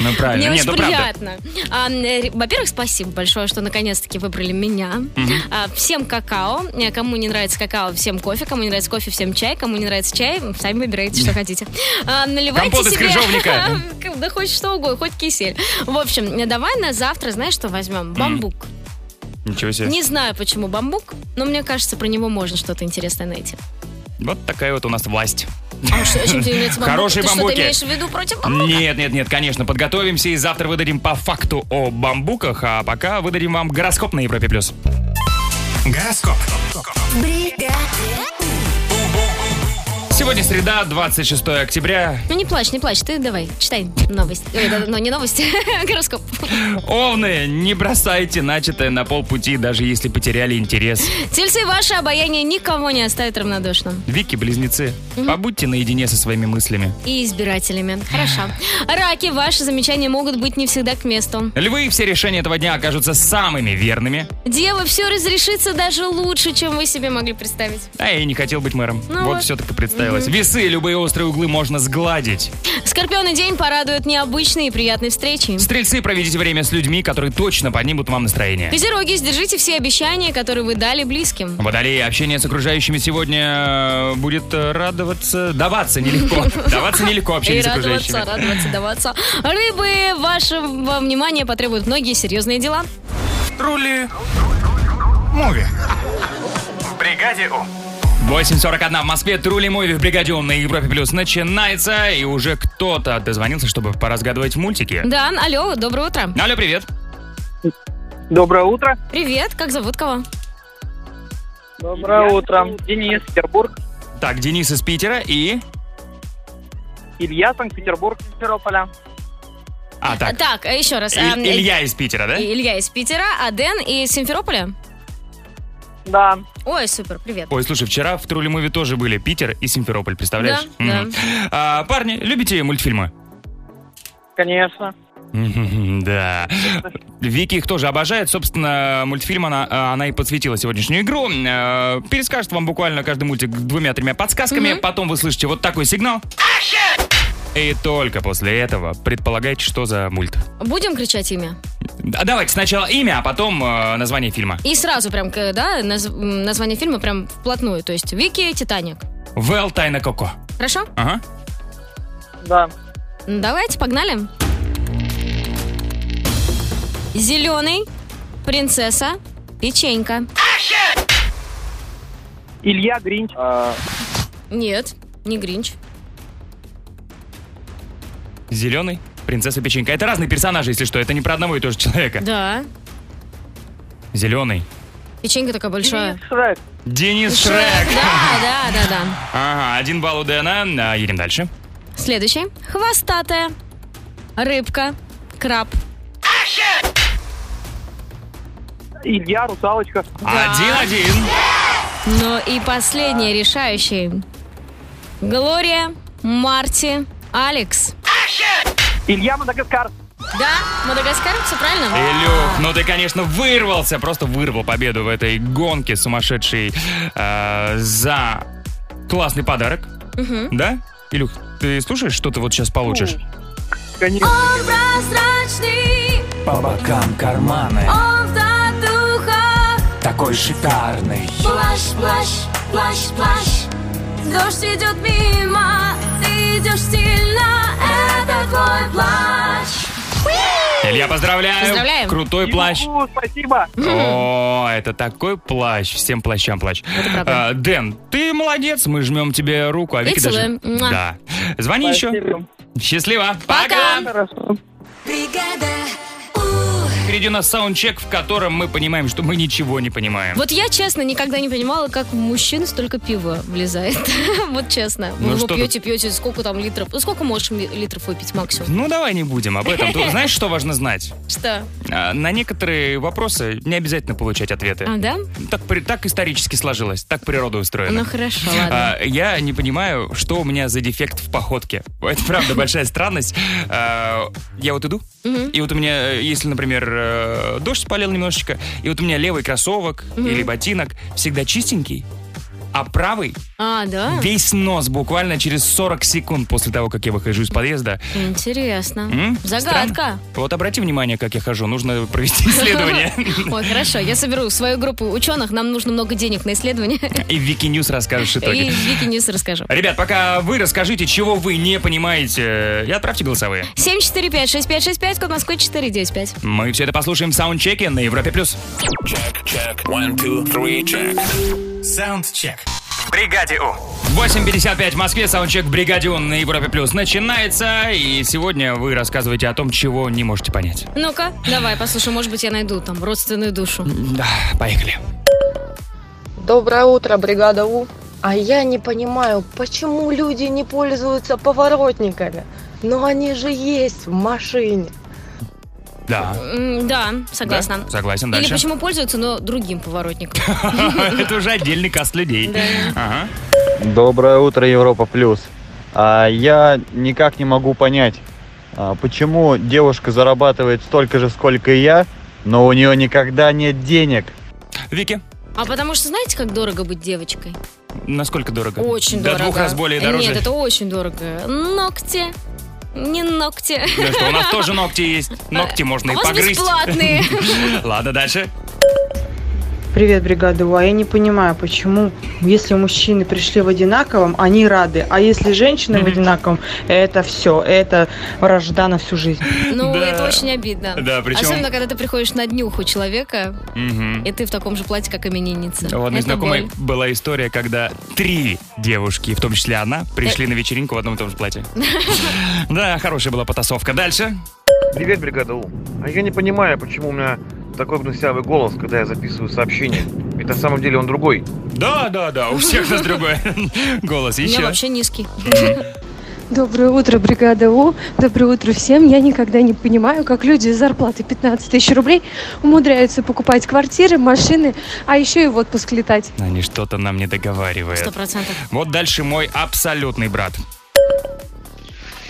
Speaker 2: Ну правильно,
Speaker 3: Мне
Speaker 2: нет,
Speaker 3: очень
Speaker 2: ну правда.
Speaker 3: приятно. А, э, ре- Во-первых, спасибо большое, что наконец-таки выбрали меня.
Speaker 2: Мгм.
Speaker 3: А, Всем какао. Э, Кому не нравится какао, всем кофе. Кому не нравится кофе, всем чай. Кому не нравится чай, сами выбирайте, что хотите. А, Наливайте
Speaker 2: Компот из
Speaker 3: себе...
Speaker 2: крыжовника.
Speaker 3: Да хоть что угодно, хоть кисель. В общем, э, давай на завтра, знаешь, что возьмем? Бамбук.
Speaker 2: Ничего себе.
Speaker 3: Не знаю, почему бамбук, но мне кажется, про него можно что-то интересное найти.
Speaker 2: Вот такая вот у нас власть.
Speaker 3: Что, чем тебе нравится бамбук?
Speaker 2: Хорошие
Speaker 3: Ты что, ты
Speaker 2: бамбуки.
Speaker 3: имеешь в виду против бамбука?
Speaker 2: Нет, нет, нет, конечно, подготовимся и завтра выдадим по факту о бамбуках, а пока выдадим вам гороскоп на Европе+. плюс. Гороскоп.
Speaker 1: бригада.
Speaker 2: Сегодня среда, 26 октября.
Speaker 3: Ну не плачь, не плачь, ты давай, читай новость. Ой, да, но не новость, гороскоп.
Speaker 2: Овны, не бросайте начатое на полпути, даже если потеряли интерес.
Speaker 3: Тельцы, ваше обаяние никого не оставит равнодушным.
Speaker 2: Вики, близнецы, побудьте наедине со своими мыслями.
Speaker 3: И избирателями. Хорошо. Раки, ваши замечания могут быть не всегда к месту.
Speaker 2: Львы, все решения этого дня окажутся самыми верными.
Speaker 3: Девы, все разрешится даже лучше, чем вы себе могли представить.
Speaker 2: А я и не хотел быть мэром.
Speaker 3: Ну
Speaker 2: вот
Speaker 3: вот.
Speaker 2: все так и представилось.
Speaker 3: Мгм.
Speaker 2: Весы, любые острые углы можно сгладить.
Speaker 3: Скорпионы день порадует необычные и приятные встречи.
Speaker 2: Стрельцы, проведите время с людьми, которые точно поднимут вам настроение.
Speaker 3: Козероги, сдержите все обещания, которые вы дали близким.
Speaker 2: Водолеи, общение с окружающими сегодня э, будет э, радоваться, даваться нелегко. Даваться нелегко общение
Speaker 3: И
Speaker 2: с окружающими.
Speaker 3: радоваться, радоваться, даваться. Рыбы, вашего внимания потребуют многие серьезные дела.
Speaker 6: Рули. Муви. В бригаде У.
Speaker 2: 8.41 в Москве, Трули Муви в Бригаде Ум на Европе Плюс начинается, и уже кто-то дозвонился, чтобы поразгадывать мультики.
Speaker 3: Да, алло, доброе утро.
Speaker 2: Алло, привет.
Speaker 7: Доброе утро.
Speaker 3: Привет, как зовут кого?
Speaker 7: Доброе утро. Денис, Петербург.
Speaker 2: Так, Денис из Питера и...
Speaker 7: Илья, Санкт-Петербург, Симферополя.
Speaker 2: А, так.
Speaker 3: Так, э, еще раз.
Speaker 2: И-
Speaker 3: эм, э,
Speaker 2: Илья из Питера, да?
Speaker 3: и- Илья из Питера, а Дэн из Симферополя?
Speaker 7: Да.
Speaker 3: Ой, супер, привет.
Speaker 2: Ой, слушай, вчера в Трули Муви тоже были Питер и Симферополь, представляешь?
Speaker 3: Да,
Speaker 2: Мгм. А, парни, любите мультфильмы?
Speaker 7: Конечно.
Speaker 2: Мгм, Да. Вики их тоже обожает. Собственно, мультфильм она, она и подсветила сегодняшнюю игру. Э, Перескажет вам буквально каждый мультик двумя-тремя подсказками. Потом вы слышите вот такой сигнал. И только после этого предполагайте, что за мульт.
Speaker 3: Будем кричать имя?
Speaker 2: А Давайте сначала имя, а потом э, название фильма.
Speaker 3: И сразу прям, к- да, наз- м, название фильма прям вплотную. То есть Вики, Титаник.
Speaker 2: Вэл Тайна Коко.
Speaker 3: Хорошо?
Speaker 2: Ага.
Speaker 7: Да.
Speaker 3: Ну, Давайте, погнали. Зеленый, принцесса, печенька.
Speaker 7: Илья Гринч.
Speaker 3: Нет, не Гринч.
Speaker 2: Зеленый. Принцесса Печенька. Это разные персонажи, если что. Это не про одного и того же человека.
Speaker 3: Да,
Speaker 2: Зеленый.
Speaker 3: печенька такая большая.
Speaker 7: Шрек.
Speaker 2: Денис Шрек.
Speaker 3: Да, да, да, да.
Speaker 2: Ага, один балл у Дэна. А, Едем дальше.
Speaker 3: Следующий. Хвостатая, рыбка, краб.
Speaker 7: Илья, русалочка.
Speaker 2: Один-один.
Speaker 3: Ну и последний, решающий. Глория, Марти, Алекс.
Speaker 7: Илья Мадагаскар.
Speaker 3: Да, Мадагаскар, все правильно?
Speaker 2: Илюх, ну ты, конечно, вырвался, просто вырвал победу в этой гонке сумасшедшей э, за классный подарок,
Speaker 1: Мгм.
Speaker 2: да? Илюх, ты слушаешь, что ты вот сейчас получишь?
Speaker 1: Он прозрачный,
Speaker 6: По бокам карманы.
Speaker 1: он в татухах.
Speaker 6: Такой шикарный.
Speaker 1: Плащ, плащ, плащ, плащ. Дождь идет мимо, ты идешь сильно. Это твой плащ.
Speaker 2: Илья, поздравляю!
Speaker 1: Поздравляем.
Speaker 2: Крутой плащ!
Speaker 7: спасибо!
Speaker 2: О, это такой плащ, всем плащам плащ.
Speaker 1: правда.
Speaker 2: А, Дэн, ты молодец, мы жмем тебе руку, а
Speaker 1: И
Speaker 2: Вики даже...
Speaker 1: целуем. Муа.
Speaker 2: Да. Звони еще.
Speaker 1: Спасибо.
Speaker 2: Счастливо.
Speaker 1: Бригада.
Speaker 2: Впереди у нас саундчек, в котором мы понимаем, что мы ничего не понимаем.
Speaker 3: Вот я, честно, никогда не понимала, как в мужчин столько пива влезает. Вот честно.
Speaker 2: Ну
Speaker 3: Вы его
Speaker 2: что тут?
Speaker 3: пьете, пьете, сколько там литров? Ну, сколько можешь ми- литров выпить максимум?
Speaker 2: Ну, давай не будем об этом. Ты Знаешь, что важно знать?
Speaker 3: Что?
Speaker 2: А, На некоторые вопросы не обязательно получать ответы.
Speaker 3: А, да?
Speaker 2: Так, при- так исторически сложилось, так природа устроена.
Speaker 3: Ну, хорошо, ладно.
Speaker 2: А, я не понимаю, что у меня за дефект в походке. Это правда большая странность. А, я вот иду,
Speaker 1: Мгм.
Speaker 2: и вот у меня, э, если, например, э, дождь спалил немножечко, и вот у меня левый кроссовок
Speaker 3: Мгм.
Speaker 2: или ботинок всегда чистенький, а правый
Speaker 3: А, да?
Speaker 2: весь нос буквально через 40 секунд после того, как я выхожу из подъезда.
Speaker 3: Интересно.
Speaker 2: М?
Speaker 3: Загадка.
Speaker 2: Вот обрати внимание, как я хожу, нужно провести исследование.
Speaker 3: Ой, хорошо, я соберу свою группу ученых, нам нужно много денег на исследование.
Speaker 2: И в Вики-Ньюс расскажешь
Speaker 3: И
Speaker 2: итоги.
Speaker 3: Вики Ньюс расскажу.
Speaker 2: Ребят, пока вы расскажите, чего вы не понимаете, и отправьте голосовые.
Speaker 3: 745-6565, код Москвы 495.
Speaker 2: Мы все это послушаем в саундчеке на Европе+. плюс.
Speaker 4: Check. One, two, three, check.
Speaker 2: Саундчек.
Speaker 6: В бригаде У.
Speaker 2: 8.55 в Москве, саундчек «Бригадион» на Европе+. плюс начинается, и сегодня вы рассказываете о том, чего не можете понять.
Speaker 3: Ну-ка, давай, послушай, может быть, я найду там родственную душу.
Speaker 2: Да, поехали.
Speaker 16: Доброе утро, бригада У. А я не понимаю, почему люди не пользуются поворотниками? Но они же есть в машине.
Speaker 2: Да.
Speaker 3: М, Да, согласна.
Speaker 2: Да, согласен,
Speaker 3: Или
Speaker 2: дальше.
Speaker 3: почему пользуются, но другим поворотником.
Speaker 2: Это уже отдельный каст людей. Ага.
Speaker 19: Доброе утро, Европа Плюс. А, я никак не могу понять, а, почему девушка зарабатывает столько же, сколько и я, но у нее никогда нет денег.
Speaker 2: Вики,
Speaker 3: А потому что знаете, как дорого быть девочкой?
Speaker 2: насколько дорого?
Speaker 3: Очень
Speaker 2: До
Speaker 3: дорого. Э,
Speaker 2: двух раз более дороже.
Speaker 3: Нет, это очень дорого. Ногти. Не ногти.
Speaker 2: Да что, у нас тоже ногти есть. Ногти можно
Speaker 3: А
Speaker 2: Ну и
Speaker 3: у вас
Speaker 2: погрызть.
Speaker 3: бесплатные.
Speaker 2: Ладно, дальше.
Speaker 20: Привет, бригада У. А я не понимаю, почему, если мужчины пришли в одинаковом, они рады, а если женщины в одинаковом, это все, это вражда на всю жизнь.
Speaker 3: Ну,
Speaker 20: Да.
Speaker 3: это очень обидно.
Speaker 20: Да, причем-
Speaker 3: Особенно, когда ты приходишь на днюху человека, и ты в таком же платье, как именинница.
Speaker 2: У одной
Speaker 3: Это
Speaker 2: знакомой
Speaker 3: боль.
Speaker 2: была история, когда три девушки, в том числе одна, пришли на вечеринку в одном и том же платье. Да, хорошая была потасовка. Дальше.
Speaker 21: Привет, бригада У. А я не понимаю, почему у меня такой гнусявый голос, когда я записываю сообщение. Ведь на самом деле он другой.
Speaker 2: Да, да, да, у всех нас другой голос.
Speaker 20: У меня
Speaker 2: Еще.
Speaker 20: вообще
Speaker 3: низкий.
Speaker 22: Доброе утро, бригада У. Доброе утро всем. Я никогда не понимаю, как люди с зарплаты 15 тысяч рублей умудряются покупать квартиры, машины, а еще и в отпуск летать.
Speaker 2: Они что-то нам не договаривают.
Speaker 22: Сто процентов.
Speaker 2: Вот дальше мой абсолютный брат.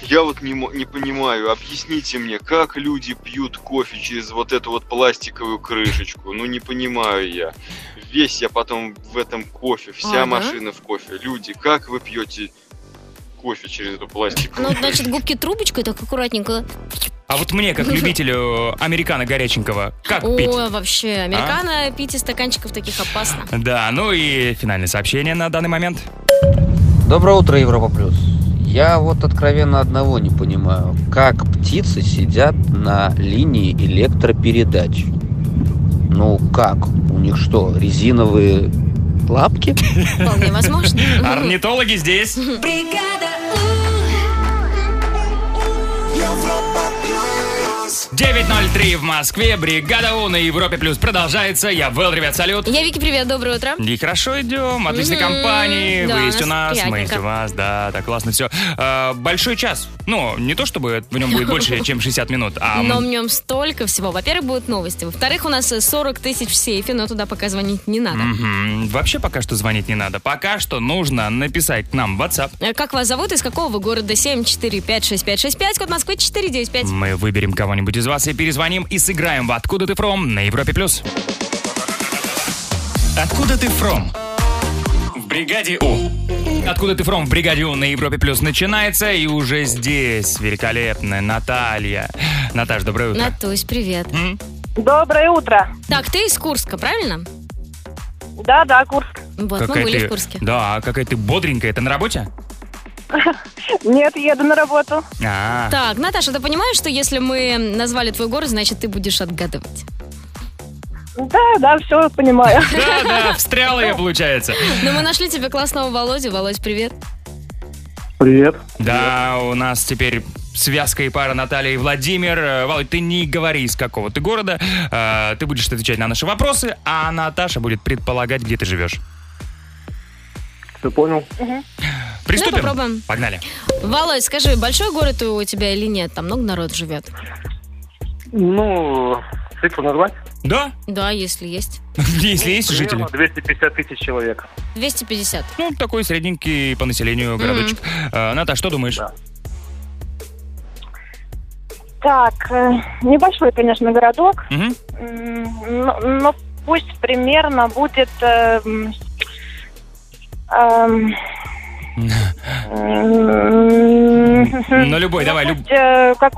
Speaker 23: Я вот не, мо- не понимаю, объясните мне, как люди пьют кофе через вот эту вот пластиковую крышечку? Ну не понимаю я. Весь я потом в этом кофе, вся
Speaker 3: Ага.
Speaker 23: машина в кофе. Люди, как вы пьете кофе через эту пластиковую
Speaker 3: Ну, значит, губки трубочкой так аккуратненько.
Speaker 2: А вот мне, как любителю американо горяченького, как
Speaker 3: О,
Speaker 2: пить?
Speaker 3: вообще, американо
Speaker 2: А?
Speaker 3: пить из стаканчиков таких опасно.
Speaker 2: Да, ну и финальное сообщение на данный момент.
Speaker 24: Доброе утро, Европа Плюс. Я вот откровенно одного не понимаю. Как птицы сидят на линии электропередач? Ну как? У них что, резиновые лапки?
Speaker 3: Вполне возможно.
Speaker 2: Орнитологи здесь.
Speaker 1: Бригада
Speaker 2: 9.03 в Москве, бригада У на Европе Плюс продолжается. Я был, ребят, салют.
Speaker 3: Я Вики, привет, доброе утро.
Speaker 2: И хорошо идем, отличной
Speaker 3: Мгм,
Speaker 2: компании.
Speaker 3: да,
Speaker 2: Вы есть у
Speaker 3: у
Speaker 2: нас,
Speaker 3: нас
Speaker 2: мы есть у
Speaker 3: приятненько.
Speaker 2: вас, да, так классно все. большой час. Ну, не то чтобы в нем будет больше, чем 60 минут, а
Speaker 3: Но в нем столько всего. Во-первых, будут новости. Во-вторых, у нас э, 40 тысяч в сейфе, но туда пока звонить не надо.
Speaker 2: Мгм. Вообще пока что звонить не надо. Пока что нужно написать к нам в WhatsApp.
Speaker 3: Э, Как вас зовут, из какого вы города? 7456565, код Москвы 495.
Speaker 2: Мы выберем кого-нибудь из вас и перезвоним и сыграем в «Откуда ты фром» на Европе+. плюс. «Откуда ты фром» в «Бригаде У». «Откуда ты фром» в «Бригаде У» на Европе+. плюс начинается. И уже здесь великолепная Наталья. Наташ, доброе утро.
Speaker 3: Натусь, привет.
Speaker 24: Доброе утро.
Speaker 3: Так, ты из Курска, правильно?
Speaker 24: Да, да, Курск.
Speaker 3: Вот,
Speaker 2: Какая
Speaker 3: мы были
Speaker 2: ты-
Speaker 3: в Курске.
Speaker 2: Да, какая ты бодренькая. Это на работе?
Speaker 24: Нет, еду на работу.
Speaker 2: А,
Speaker 3: Так, Наташа, ты понимаешь, что если мы назвали твой город, значит, ты будешь отгадывать?
Speaker 24: Да, да, все понимаю.
Speaker 2: Да, да, встряла я, получается.
Speaker 3: Но Ну, мы нашли тебе классного Володю. Володь, привет.
Speaker 2: Привет. Да, у нас теперь связка и пара Наталья и Владимир. Э, Володь, ты не говори, из какого ты города. Э, Ты будешь отвечать на наши вопросы, а Наташа будет предполагать, где ты живешь. Ты понял? Приступим?
Speaker 3: Давай попробуем.
Speaker 2: Погнали.
Speaker 3: Володь, скажи, большой город у тебя или нет? Там много народ живет?
Speaker 7: Ну, цифру назвать?
Speaker 2: Да?
Speaker 3: Да, если есть.
Speaker 2: Если есть жители.
Speaker 7: 250 тысяч человек.
Speaker 3: 250.
Speaker 2: Ну, такой средненький по населению городочек. Э, Наташ, что думаешь?
Speaker 24: Так, э, небольшой, конечно, городок,
Speaker 2: Мгм.
Speaker 24: М, но, но пусть примерно будет... эм, эм,
Speaker 2: Ну, любой, давай, люб-
Speaker 24: пусть, э, как...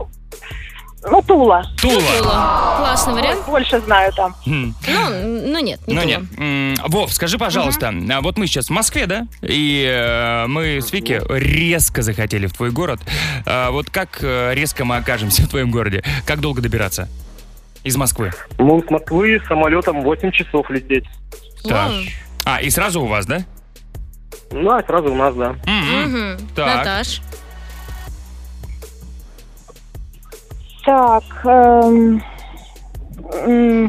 Speaker 24: Ну, Тула.
Speaker 2: Тула.
Speaker 3: Классный вариант.
Speaker 24: Больше знаю там.
Speaker 2: Хм.
Speaker 3: Ну, ну нет, не
Speaker 2: Ну
Speaker 3: Тула.
Speaker 2: нет. М, Вов, скажи, пожалуйста, а вот мы сейчас в Москве, да? И э, мы с Вики резко захотели в твой город. А вот как э, резко мы окажемся в твоем городе? Как долго добираться? Из Москвы.
Speaker 7: Ну, с Москвы самолетом 8 часов лететь.
Speaker 2: Так. А, и сразу у вас, да?
Speaker 7: Ну, а сразу у нас, да.
Speaker 3: Мгм.
Speaker 2: Так.
Speaker 3: Наташ.
Speaker 24: Так, эм,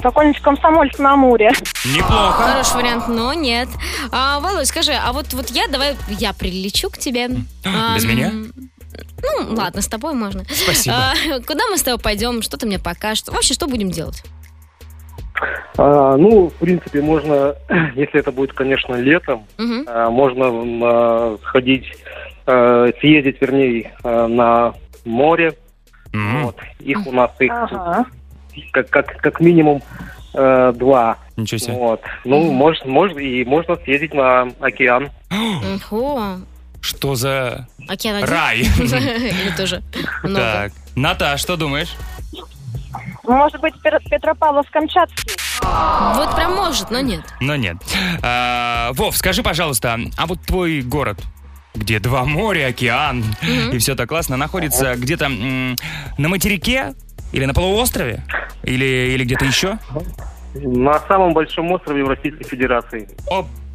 Speaker 5: какой-нибудь комсомольск на Амуре.
Speaker 2: Неплохо.
Speaker 3: Хороший вариант, но нет. А, Володь, скажи, а вот, вот я, давай, я прилечу к тебе.
Speaker 2: А, Без
Speaker 3: Ам,
Speaker 2: меня?
Speaker 3: Ну, ладно, с тобой можно.
Speaker 2: Спасибо.
Speaker 3: А, куда мы с тобой пойдем, что ты мне покажешь? Вообще, что будем делать?
Speaker 7: А, ну, в принципе, можно, если это будет, конечно, летом,
Speaker 3: Мгм.
Speaker 7: а, можно м, а, сходить, а, съездить, вернее, а, на море. Вот. Их у нас их как, как, как минимум э, два.
Speaker 2: Ничего себе.
Speaker 7: Вот. Ну,
Speaker 3: Мгм.
Speaker 7: может, может, и можно съездить на океан.
Speaker 3: Ого,
Speaker 2: Что за...
Speaker 3: океан один? Ну
Speaker 2: Рай.
Speaker 3: Или тоже много.
Speaker 2: Так, Ната, что думаешь?
Speaker 5: Может быть, Пер- Петропавловск-Камчатский?
Speaker 3: Вот прям может, но нет.
Speaker 2: Но нет. А, Вов, скажи, пожалуйста, а вот твой город, где два моря, океан и все так классно, находится где-то м, на материке или на полуострове? Или, или где-то еще?
Speaker 7: На самом большом острове в Российской Федерации.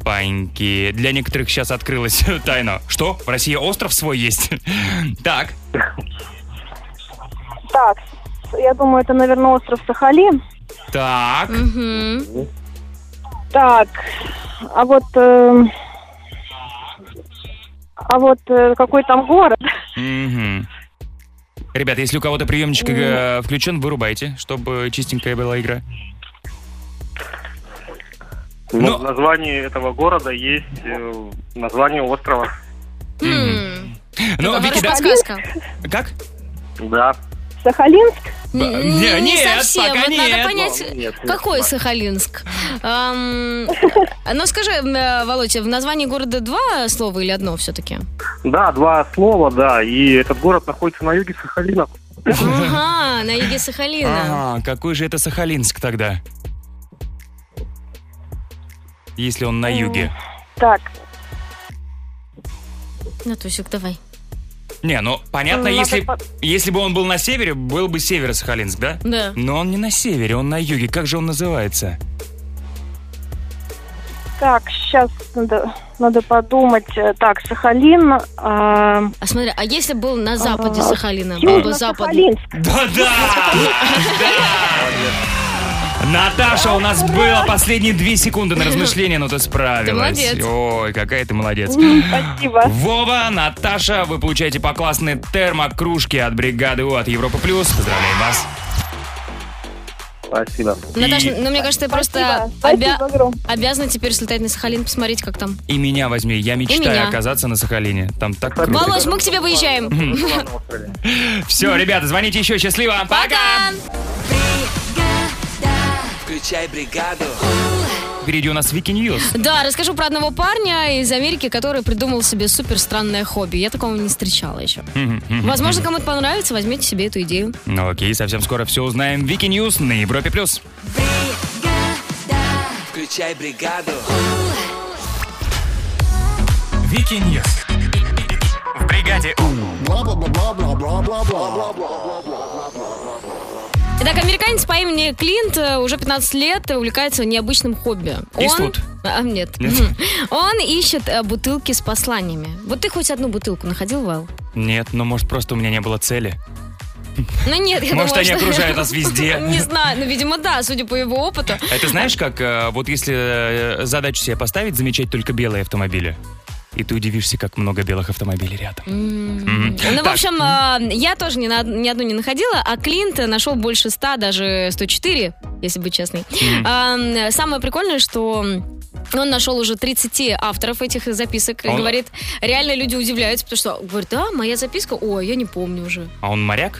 Speaker 2: Паньки. Для некоторых сейчас открылась тайна. Что? В России остров свой есть? Так.
Speaker 5: Так, я думаю, это, наверное, остров Сахалин.
Speaker 2: Так.
Speaker 5: Так, а вот... э, а вот э, какой там город?
Speaker 2: Мгм. Ребята, если у кого-то приемничек э, включен, вырубайте, чтобы чистенькая была игра.
Speaker 7: Ну, в названии этого города есть э, название острова.
Speaker 3: а
Speaker 2: Ну, Вики, да-
Speaker 3: Подсказка.
Speaker 2: Как?
Speaker 7: Да.
Speaker 5: Сахалинск?
Speaker 3: Н-
Speaker 2: не-
Speaker 3: не
Speaker 2: нет,
Speaker 3: совсем.
Speaker 2: пока
Speaker 3: вот надо
Speaker 2: нет.
Speaker 3: понять,
Speaker 2: Ну, нет, нет,
Speaker 3: какой Сахалинск. Ам, ну скажи, э, Володь, в названии города два слова или одно все-таки?
Speaker 7: Да, два слова, да. И этот город находится на юге Сахалина.
Speaker 3: Ага, на юге Сахалина.
Speaker 2: А, какой же это Сахалинск тогда? Если он на юге.
Speaker 5: Так,
Speaker 3: Натусик, давай.
Speaker 2: Не, ну понятно,
Speaker 3: Ну, надо
Speaker 2: если,
Speaker 3: по-
Speaker 2: если бы он был на севере, был бы северо-сахалинск, да?
Speaker 3: Да.
Speaker 2: Но он не на севере, он на юге. Как же он называется?
Speaker 5: так, сейчас надо, надо подумать. Э, Так, Сахалин... а,
Speaker 3: А смотри, а если был на западе
Speaker 5: а,
Speaker 3: Сахалина, был бы западный.
Speaker 5: Южно-Сахалинск.
Speaker 2: Да-да! Наташа, у нас было последние две секунды на размышление, но ты справилась.
Speaker 5: Ты молодец.
Speaker 2: Ой, какая ты молодец.
Speaker 5: М, Спасибо.
Speaker 2: Вова, Наташа, вы получаете по классной термокружке от бригады У от Европы Плюс. Поздравляем вас.
Speaker 7: Спасибо.
Speaker 3: Наташа, ну мне кажется, ты просто обя- обязана теперь слетать на Сахалин, посмотреть, как там.
Speaker 2: И меня возьми, я мечтаю
Speaker 3: меня.
Speaker 2: оказаться на Сахалине. Там Ну, так круто.
Speaker 3: Володь, мы к тебе выезжаем.
Speaker 2: Все, ребята, звоните еще, счастливо. Пока!
Speaker 17: Включай бригаду.
Speaker 2: Впереди у нас Вики Ньюс.
Speaker 3: Да, расскажу про одного парня из Америки, который придумал себе супер странное хобби. Я такого не встречала еще.
Speaker 2: Мгм, мгм,
Speaker 3: Возможно,
Speaker 2: мгм.
Speaker 3: кому-то понравится, возьмите себе эту идею.
Speaker 2: Ну окей, совсем скоро все узнаем. Вики Ньюс на Европе Плюс.
Speaker 17: Включай бригаду.
Speaker 6: Вики Ньюс. В бригаде У.
Speaker 3: Итак, американец по имени Клинт э, уже 15 лет э, увлекается необычным хобби.
Speaker 2: Иствуд?
Speaker 3: А, нет.
Speaker 2: Нет?
Speaker 3: Мгм. Он ищет э, бутылки с посланиями. Вот ты хоть одну бутылку находил, Вал?
Speaker 2: Нет, ну может просто у меня не было цели.
Speaker 3: Ну нет, я
Speaker 2: Может,
Speaker 3: думаю,
Speaker 2: они
Speaker 3: что-
Speaker 2: окружают нас везде.
Speaker 3: Не знаю, но, видимо, да, судя по его опыту.
Speaker 2: Это знаешь, как э, вот если э, задачу себе поставить, замечать только белые автомобили. И ты удивишься, как много белых автомобилей рядом. Мгм.
Speaker 3: Ну, в
Speaker 2: Так,
Speaker 3: общем, э, я тоже ни, на- ни одну не находила, а Клинт нашел больше 100, даже 104, если быть честной.
Speaker 2: Мгм.
Speaker 3: А, Самое прикольное, что он нашел уже 30 авторов этих записок. и
Speaker 2: Он-
Speaker 3: Говорит, реально люди удивляются, потому что, говорит, да, моя записка, ой, я не помню уже.
Speaker 2: А он моряк?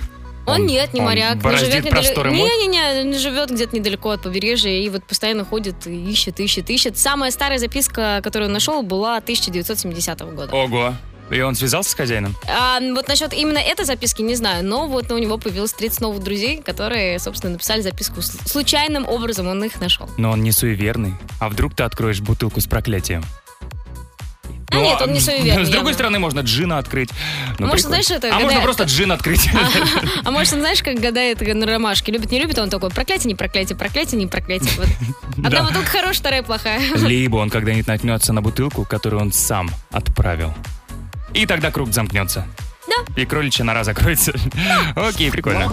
Speaker 3: Он, нет, не
Speaker 2: он
Speaker 3: моряк. Он
Speaker 2: бороздит
Speaker 3: живет недалеко.
Speaker 2: просторы моря?
Speaker 3: Не-не-не, он живет где-то недалеко от побережья и вот постоянно ходит и ищет, ищет, ищет. Самая старая записка, которую он нашел, была 1970 года.
Speaker 2: Ого. И он связался с хозяином?
Speaker 3: А, вот насчет именно этой записки не знаю, но вот у него появилось 30 новых друзей, которые, собственно, написали записку. С- Случайным образом он их нашел.
Speaker 2: Но он не суеверный. А вдруг ты откроешь бутылку с проклятием?
Speaker 3: А нет, он не суеверный,
Speaker 2: Ну, С другой
Speaker 3: явно.
Speaker 2: стороны, можно джина открыть. Ну,
Speaker 3: Может,
Speaker 2: прикольно.
Speaker 3: знаешь, это
Speaker 2: А можно
Speaker 3: гадает-
Speaker 2: просто джин открыть.
Speaker 3: А может, он, знаешь, как гадает на ромашке, любит, не любит, он такой, проклятие, не проклятие, проклятие, не проклятие. Вот. Одна
Speaker 2: Да.
Speaker 3: бутылка хорошая, вторая плохая.
Speaker 2: Либо он когда-нибудь наткнется на бутылку, которую он сам отправил. И тогда круг замкнется. И кроличья нора закроется. Окей, прикольно.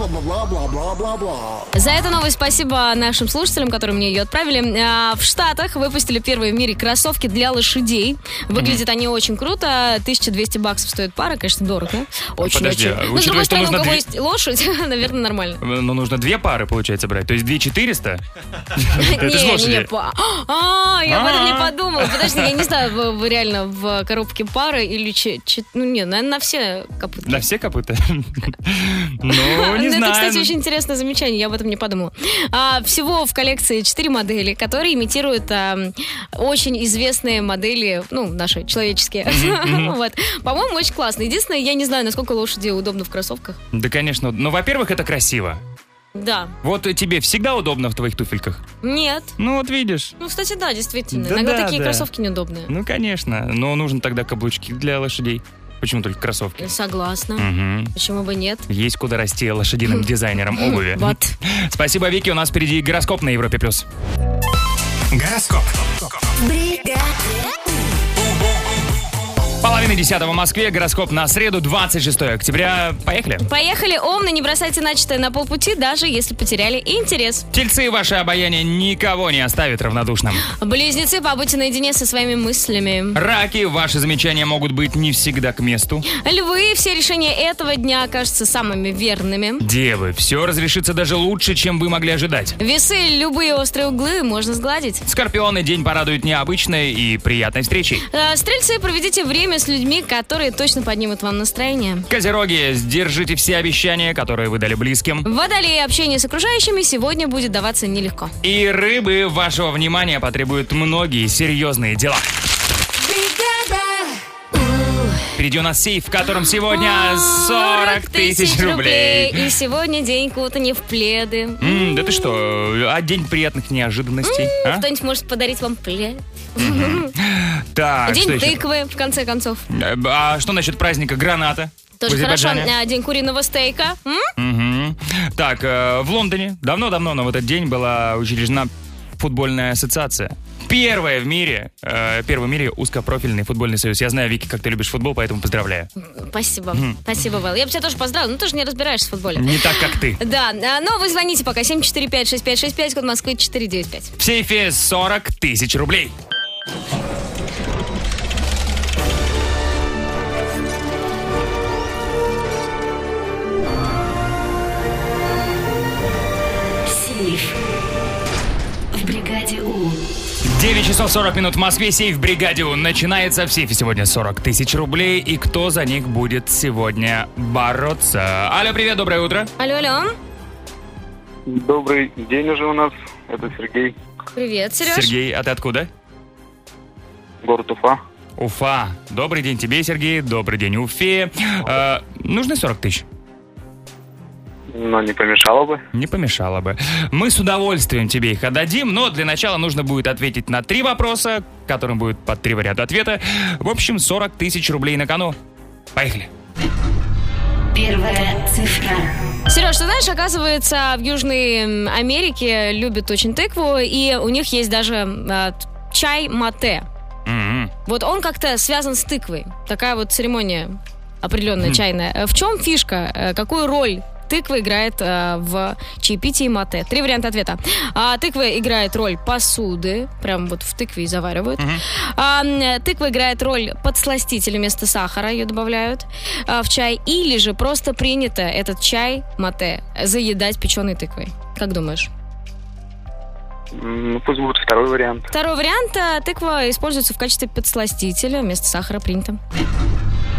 Speaker 3: За эту новость спасибо нашим слушателям, которые мне ее отправили. А, В Штатах выпустили первые в мире кроссовки для лошадей. Выглядят они очень круто. 1200 баксов стоит пара, конечно, дорого.
Speaker 2: Ну, Подожди,
Speaker 3: Очень-очень.
Speaker 2: а
Speaker 3: Но, с
Speaker 2: учитывая, что
Speaker 3: другой стороны, у
Speaker 2: нужно
Speaker 3: кого
Speaker 2: две-
Speaker 3: есть лошадь, наверное, нормально.
Speaker 2: Ну, нужно две пары, получается, брать. То есть две 400? Это ж
Speaker 3: Не, не,
Speaker 2: лошади.
Speaker 3: па. А, я об этом не
Speaker 2: А.
Speaker 3: подумала. Подожди, я не знаю, в- в- реально в э, коробке пары или... че- че- Ну, не, наверное, на все капут.
Speaker 2: На все копыта? Ну, не
Speaker 3: Это, кстати,
Speaker 2: знаю.
Speaker 3: очень интересное замечание, я об этом не подумала. А, всего в коллекции 4 модели, которые имитируют а, очень известные модели, ну, наши, человеческие.
Speaker 2: Мгм, мгм.
Speaker 3: Вот. По-моему, очень классно. Единственное, я не знаю, насколько лошади удобно в кроссовках.
Speaker 2: Да, конечно. Ну, во-первых, это красиво.
Speaker 3: Да.
Speaker 2: Вот и тебе всегда удобно в твоих туфельках.
Speaker 3: Нет.
Speaker 2: Ну, вот видишь.
Speaker 3: Ну, кстати, да, действительно.
Speaker 2: Да,
Speaker 3: Иногда
Speaker 2: да,
Speaker 3: такие
Speaker 2: да.
Speaker 3: кроссовки неудобные.
Speaker 2: Ну, конечно. Но нужен тогда каблучки для лошадей. Почему только кроссовки?
Speaker 3: Согласна.
Speaker 2: Мгм.
Speaker 3: Почему бы нет?
Speaker 2: Есть куда расти лошадиным дизайнером обуви.
Speaker 3: Вот.
Speaker 2: Спасибо, Вики. У нас впереди гороскоп на Европе+. плюс. Гороскоп. Половина десятого в Москве. Гороскоп на среду, 26 октября. Поехали.
Speaker 3: Поехали, Омны, не бросайте начатое на полпути, даже если потеряли интерес.
Speaker 2: Тельцы, ваше обаяние никого не оставит равнодушным.
Speaker 3: Близнецы, побудьте наедине со своими мыслями.
Speaker 2: Раки, ваши замечания могут быть не всегда к месту.
Speaker 3: Львы, все решения этого дня окажутся самыми верными.
Speaker 2: Девы, все разрешится даже лучше, чем вы могли ожидать.
Speaker 3: Весы, любые острые углы можно сгладить.
Speaker 2: Скорпионы, день порадует необычной и приятной встречей.
Speaker 3: Э, Стрельцы, проведите время с людьми, которые точно поднимут вам настроение.
Speaker 2: Козероги, сдержите все обещания, которые вы дали близким.
Speaker 3: Водолеи, общение с окружающими сегодня будет даваться нелегко.
Speaker 2: И рыбы, вашего внимания потребуют многие серьезные дела. Впереди у нас сейф, в котором сегодня 40 тысяч
Speaker 3: И
Speaker 2: рублей.
Speaker 3: сегодня день кутания в пледы.
Speaker 2: М, Да ты что, а день приятных неожиданностей? а?
Speaker 3: Кто-нибудь может подарить вам плед.
Speaker 2: Так, А что
Speaker 3: День
Speaker 2: еще?
Speaker 3: тыквы, в конце концов.
Speaker 2: Э, А что насчет праздника граната?
Speaker 3: Тоже
Speaker 2: в
Speaker 3: хорошо.
Speaker 2: Азербайджане?
Speaker 3: А, День куриного стейка. М?
Speaker 2: Мгм. Так, э, в Лондоне давно-давно на этот день была учреждена футбольная ассоциация. Первая в мире, э, первый в мире узкопрофильный футбольный союз. Я знаю, Вики, как ты любишь футбол, поэтому поздравляю.
Speaker 3: Спасибо.
Speaker 2: Мгм.
Speaker 3: Спасибо, Вэл. Я бы тебя тоже поздравила, но ты же не разбираешься в футболе.
Speaker 2: Не так, как ты.
Speaker 3: Да, а, но вы звоните пока. 745-6565, код Москвы 495.
Speaker 2: В сейфе 40 тысяч рублей.
Speaker 8: Сейф. В бригаде У.
Speaker 2: 9 часов 40 минут в Москве. Сейф Бригадио начинается. В сейфе сегодня 40 тысяч рублей. И кто за них будет сегодня бороться? Алло, привет, доброе утро.
Speaker 3: Алло, алло.
Speaker 9: Добрый день уже у нас. Это Сергей,
Speaker 3: Привет, Сереж.
Speaker 2: Сергей, а ты откуда?
Speaker 9: город Уфа.
Speaker 2: Уфа. Добрый день тебе, Сергей. Добрый день, Уфе. Э, нужны 40 тысяч?
Speaker 9: Но не помешало бы.
Speaker 2: Не помешало бы. Мы с удовольствием тебе их отдадим, но для начала нужно будет ответить на три вопроса, которым будет по три варианта ответа. В общем, 40 тысяч рублей на кону. Поехали.
Speaker 8: Первая цифра.
Speaker 3: Сереж, ты знаешь, оказывается, в Южной м, Америке любят очень тыкву, и у них есть даже а, т- чай мате.
Speaker 2: Мгм.
Speaker 3: Вот он как-то связан с тыквой. Такая вот церемония определенная,
Speaker 2: Мгм.
Speaker 3: чайная. Э, В чем фишка? Э, Какую роль тыква играет э, в чаепитии мате? Три варианта ответа. А, тыква играет роль посуды, прям вот в тыкве и заваривают. А, м, тыква играет роль подсластителя вместо сахара, ее добавляют а, в чай. Или же просто принято этот чай мате заедать печеной тыквой. Как думаешь?
Speaker 9: М, Ну, пусть будет второй вариант.
Speaker 3: Второй вариант. э, Тыква используется в качестве подсластителя вместо сахара принято.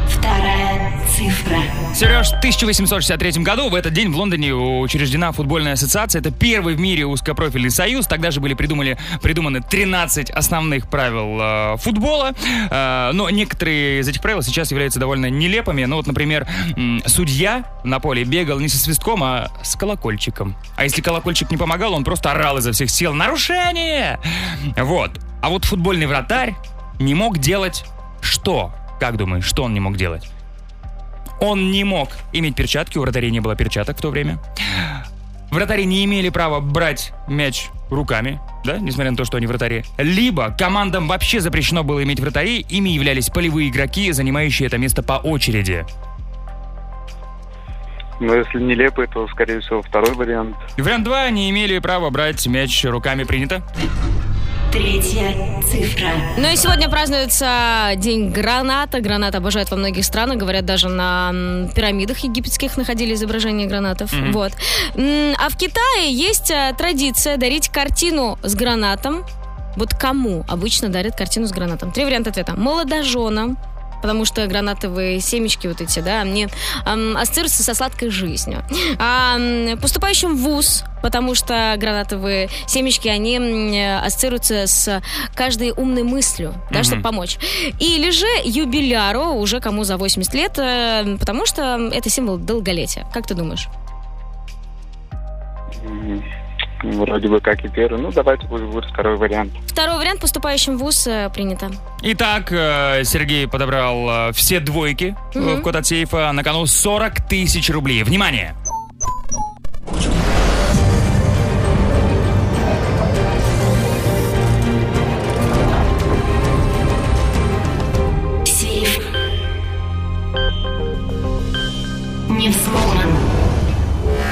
Speaker 8: Вторая цифра.
Speaker 2: Сереж, в 1863 году в этот день в Лондоне учреждена футбольная ассоциация. Это первый в мире узкопрофильный союз. Тогда же были придумали, придуманы 13 основных правил э, футбола. Э, но некоторые из этих правил сейчас являются довольно нелепыми. Ну вот, например, м, судья на поле бегал не со свистком, а с колокольчиком. А если колокольчик не помогал, он просто орал изо всех сил «Нарушение!» Вот. А вот футбольный вратарь не мог делать что? Как думаешь, что он не мог делать? Он не мог иметь перчатки, у вратарей не было перчаток в то время. Вратари не имели права брать мяч руками, да, несмотря на то, что они вратари. Либо командам вообще запрещено было иметь вратарей, ими являлись полевые игроки, занимающие это место по очереди.
Speaker 9: Но если нелепый, то, скорее всего, второй вариант.
Speaker 2: Вариант 2. Не имели права брать мяч руками. Принято.
Speaker 8: Третья цифра.
Speaker 3: Ну и сегодня празднуется День граната. Гранат обожают во многих странах. Говорят, даже на м, пирамидах египетских находили изображения гранатов.
Speaker 10: Мгм.
Speaker 3: Вот. М, А в Китае есть э, традиция дарить картину с гранатом. Вот кому обычно дарят картину с гранатом? Три варианта ответа. Молодоженам, потому что гранатовые семечки вот эти, да, они эм, ассоциируются со сладкой жизнью. А, м, поступающим в ВУЗ, потому что гранатовые семечки, они м, э, ассоциируются с каждой умной мыслью, да,
Speaker 11: Мгм.
Speaker 3: чтобы помочь. Или же юбиляру, уже кому за 80 лет, э, потому что это символ долголетия. Как ты думаешь?
Speaker 9: М, Вроде бы как и первый. Ну, давайте пусть будет второй вариант.
Speaker 3: Второй вариант поступающим в ВУЗ э, принято.
Speaker 2: Итак, э, Сергей подобрал э, все двойки э,
Speaker 3: Мгм.
Speaker 2: в код от сейфа. На кону 40 тысяч рублей. Внимание!
Speaker 8: Сейф. Не взломан.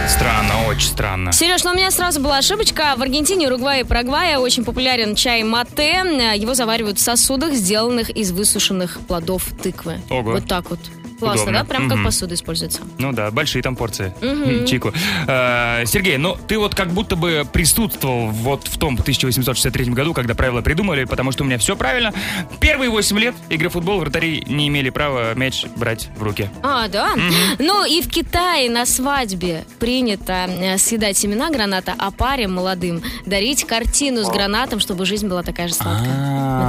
Speaker 2: Странно, очень странно.
Speaker 3: Сереж, ну у меня сразу была ошибочка. В Аргентине, Уругвае и Парагвае очень популярен чай мате. Э, Его заваривают в сосудах, сделанных из высушенных плодов тыквы.
Speaker 2: Ого.
Speaker 3: Вот так вот. Классно,
Speaker 2: Удобно.
Speaker 3: да? Прям как
Speaker 2: Мгм.
Speaker 3: посуда используется.
Speaker 2: Ну да, большие там порции. Хм,
Speaker 3: Мгм.
Speaker 2: Чику. Э, Сергей, ну ты вот как будто бы присутствовал вот в том 1863 году, когда правила придумали, потому что у меня все правильно. Первые 8 лет игры в футбол вратари не имели права мяч брать в руки.
Speaker 3: А, да? Ну и в Китае на свадьбе принято э, съедать семена граната, а паре молодым дарить картину с гранатом, чтобы жизнь была такая же сладкая.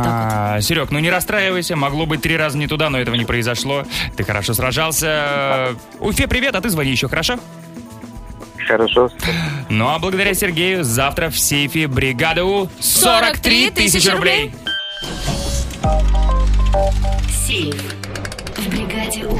Speaker 2: А, Серег, ну не расстраивайся, могло быть три раза не туда, но этого не произошло. Ты хорошо сражался. Уфе, привет, а ты звони еще, хорошо?
Speaker 9: Хорошо.
Speaker 2: Ну а благодаря Сергею завтра в сейфе бригады У 43 тысячи рублей.
Speaker 8: Сейф. В бригаде У.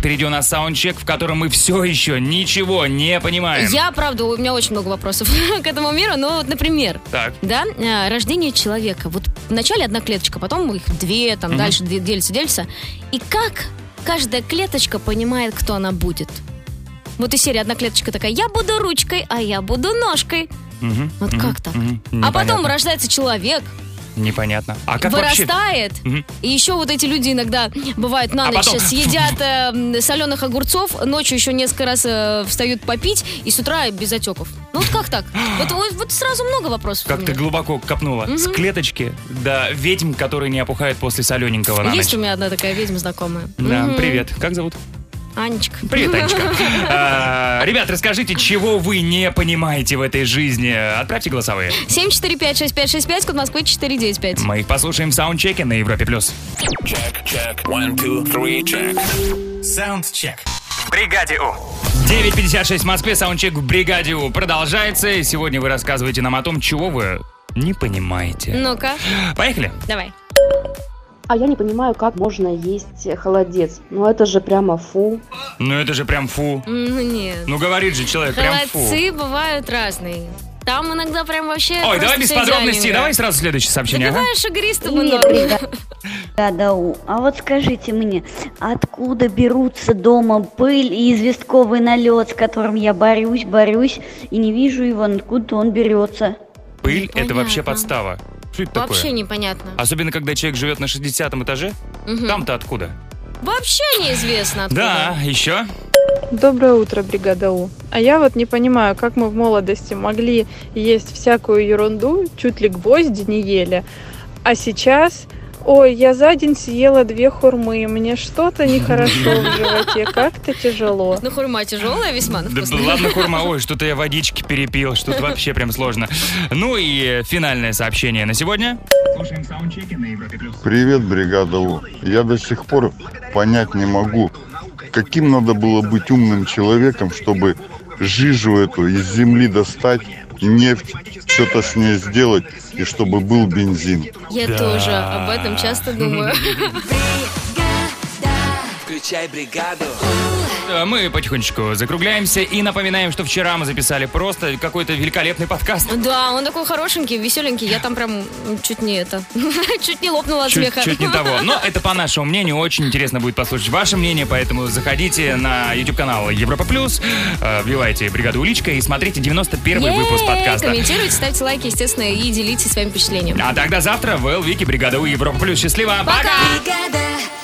Speaker 2: Впереди у нас саундчек, в котором мы все еще ничего не понимаем.
Speaker 3: Я, правда, у меня очень много вопросов к этому миру, но вот, например,
Speaker 2: Так.
Speaker 3: да, э, рождение человека. Вот вначале одна клеточка, потом их две, там
Speaker 2: Мгм.
Speaker 3: дальше две делятся, делятся. И как каждая клеточка понимает, кто она будет? Вот и серия одна клеточка такая, я буду ручкой, а я буду ножкой.
Speaker 2: Вот
Speaker 3: как
Speaker 2: так?
Speaker 3: А потом рождается человек,
Speaker 2: Непонятно. А как вообще?
Speaker 3: вырастает.
Speaker 2: Мгм.
Speaker 3: И еще вот эти люди иногда бывают на
Speaker 2: А
Speaker 3: ночь
Speaker 2: потом-
Speaker 3: сейчас едят э, соленых огурцов, ночью еще несколько раз э, встают попить и с утра без отеков. Ну вот как так? Вот, вот- вот сразу много вопросов. у
Speaker 2: Как ты
Speaker 3: меня.
Speaker 2: глубоко копнула. С
Speaker 3: Мгм.
Speaker 2: клеточки до ведьм, которые не опухают после солененького на
Speaker 3: Есть у
Speaker 2: ночь.
Speaker 3: меня одна такая ведьма знакомая.
Speaker 2: Да,
Speaker 3: Мгм.
Speaker 2: привет. Как зовут?
Speaker 3: Анечка.
Speaker 2: Привет, Анечка. А, Ребят, расскажите, чего вы не понимаете в этой жизни. Отправьте голосовые.
Speaker 3: 7456565, код Москвы 495.
Speaker 2: Мы их послушаем в саундчеке на Европе+. плюс.
Speaker 4: Check. One, two, three, check.
Speaker 2: Саундчек.
Speaker 6: В бригаде У.
Speaker 2: 9.56 в Москве, саундчек в бригаде У продолжается. И сегодня вы рассказываете нам о том, чего вы не понимаете.
Speaker 3: Ну-ка,
Speaker 6: Ну.
Speaker 2: Поехали.
Speaker 3: давай.
Speaker 12: А я не понимаю, как можно есть холодец. Ну это же прямо фу.
Speaker 2: Ну это же прям фу.
Speaker 3: Ну нет.
Speaker 2: Ну говорит же человек, прям фу.
Speaker 3: Холодцы бывают разные. Там иногда прям вообще
Speaker 2: Ой,
Speaker 3: просто
Speaker 2: давай без
Speaker 3: всё
Speaker 2: подробностей,
Speaker 3: идеальненько.
Speaker 2: давай сразу следующее сообщение. ага.
Speaker 3: Добиваешь игристого
Speaker 13: Привет,
Speaker 3: норм.
Speaker 13: ребят. Бригада У. А вот скажите мне, откуда берутся дома пыль и известковый налет, с которым я борюсь, борюсь, и не вижу его, откуда он берется?
Speaker 2: Пыль это вообще подстава. Что это
Speaker 3: Вообще
Speaker 2: такое?
Speaker 3: непонятно.
Speaker 2: Особенно, когда человек живет на 60 этаже.
Speaker 3: Мгм.
Speaker 2: Там-то откуда?
Speaker 3: Вообще неизвестно откуда.
Speaker 2: Да, еще.
Speaker 25: Доброе утро, бригада У. А я вот не понимаю, как мы в молодости могли есть всякую ерунду, чуть ли гвозди не ели, а сейчас... Ой, я за день съела две хурмы, мне что-то нехорошо в животе, как-то тяжело.
Speaker 3: Ну, хурма тяжелая весьма, ну, но
Speaker 2: Да
Speaker 3: вкусная.
Speaker 2: б- ладно, хурма, ой, что-то я водички перепил, что-то вообще прям сложно. Ну и э, финальное сообщение на сегодня. Слушаем саундчеки на Европе+.
Speaker 26: Привет, бригада У. Я до сих пор понять не могу, каким надо было быть умным человеком, чтобы жижу эту из земли достать, нефть, что-то с ней сделать, и чтобы был бензин.
Speaker 3: Я тоже об этом часто думаю.
Speaker 17: Включай бригаду.
Speaker 2: э, мы потихонечку закругляемся и напоминаем, что вчера мы записали просто какой-то великолепный подкаст.
Speaker 3: Да, он такой хорошенький, веселенький. Я там прям чуть не это, чуть не лопнула от
Speaker 2: Чуть,
Speaker 3: смеха.
Speaker 2: чуть не того. Но это по нашему мнению. Очень интересно будет послушать ваше мнение, поэтому заходите на YouTube-канал Европа Плюс, э, вбивайте бригаду Уличка и смотрите 91 выпуск
Speaker 3: Ей,
Speaker 2: подкаста.
Speaker 3: Комментируйте, ставьте лайки, естественно, и делитесь своими впечатлениями.
Speaker 2: А тогда завтра в Вики, бригада У Европа Плюс. Счастливо!
Speaker 3: Пока!
Speaker 1: Бригада.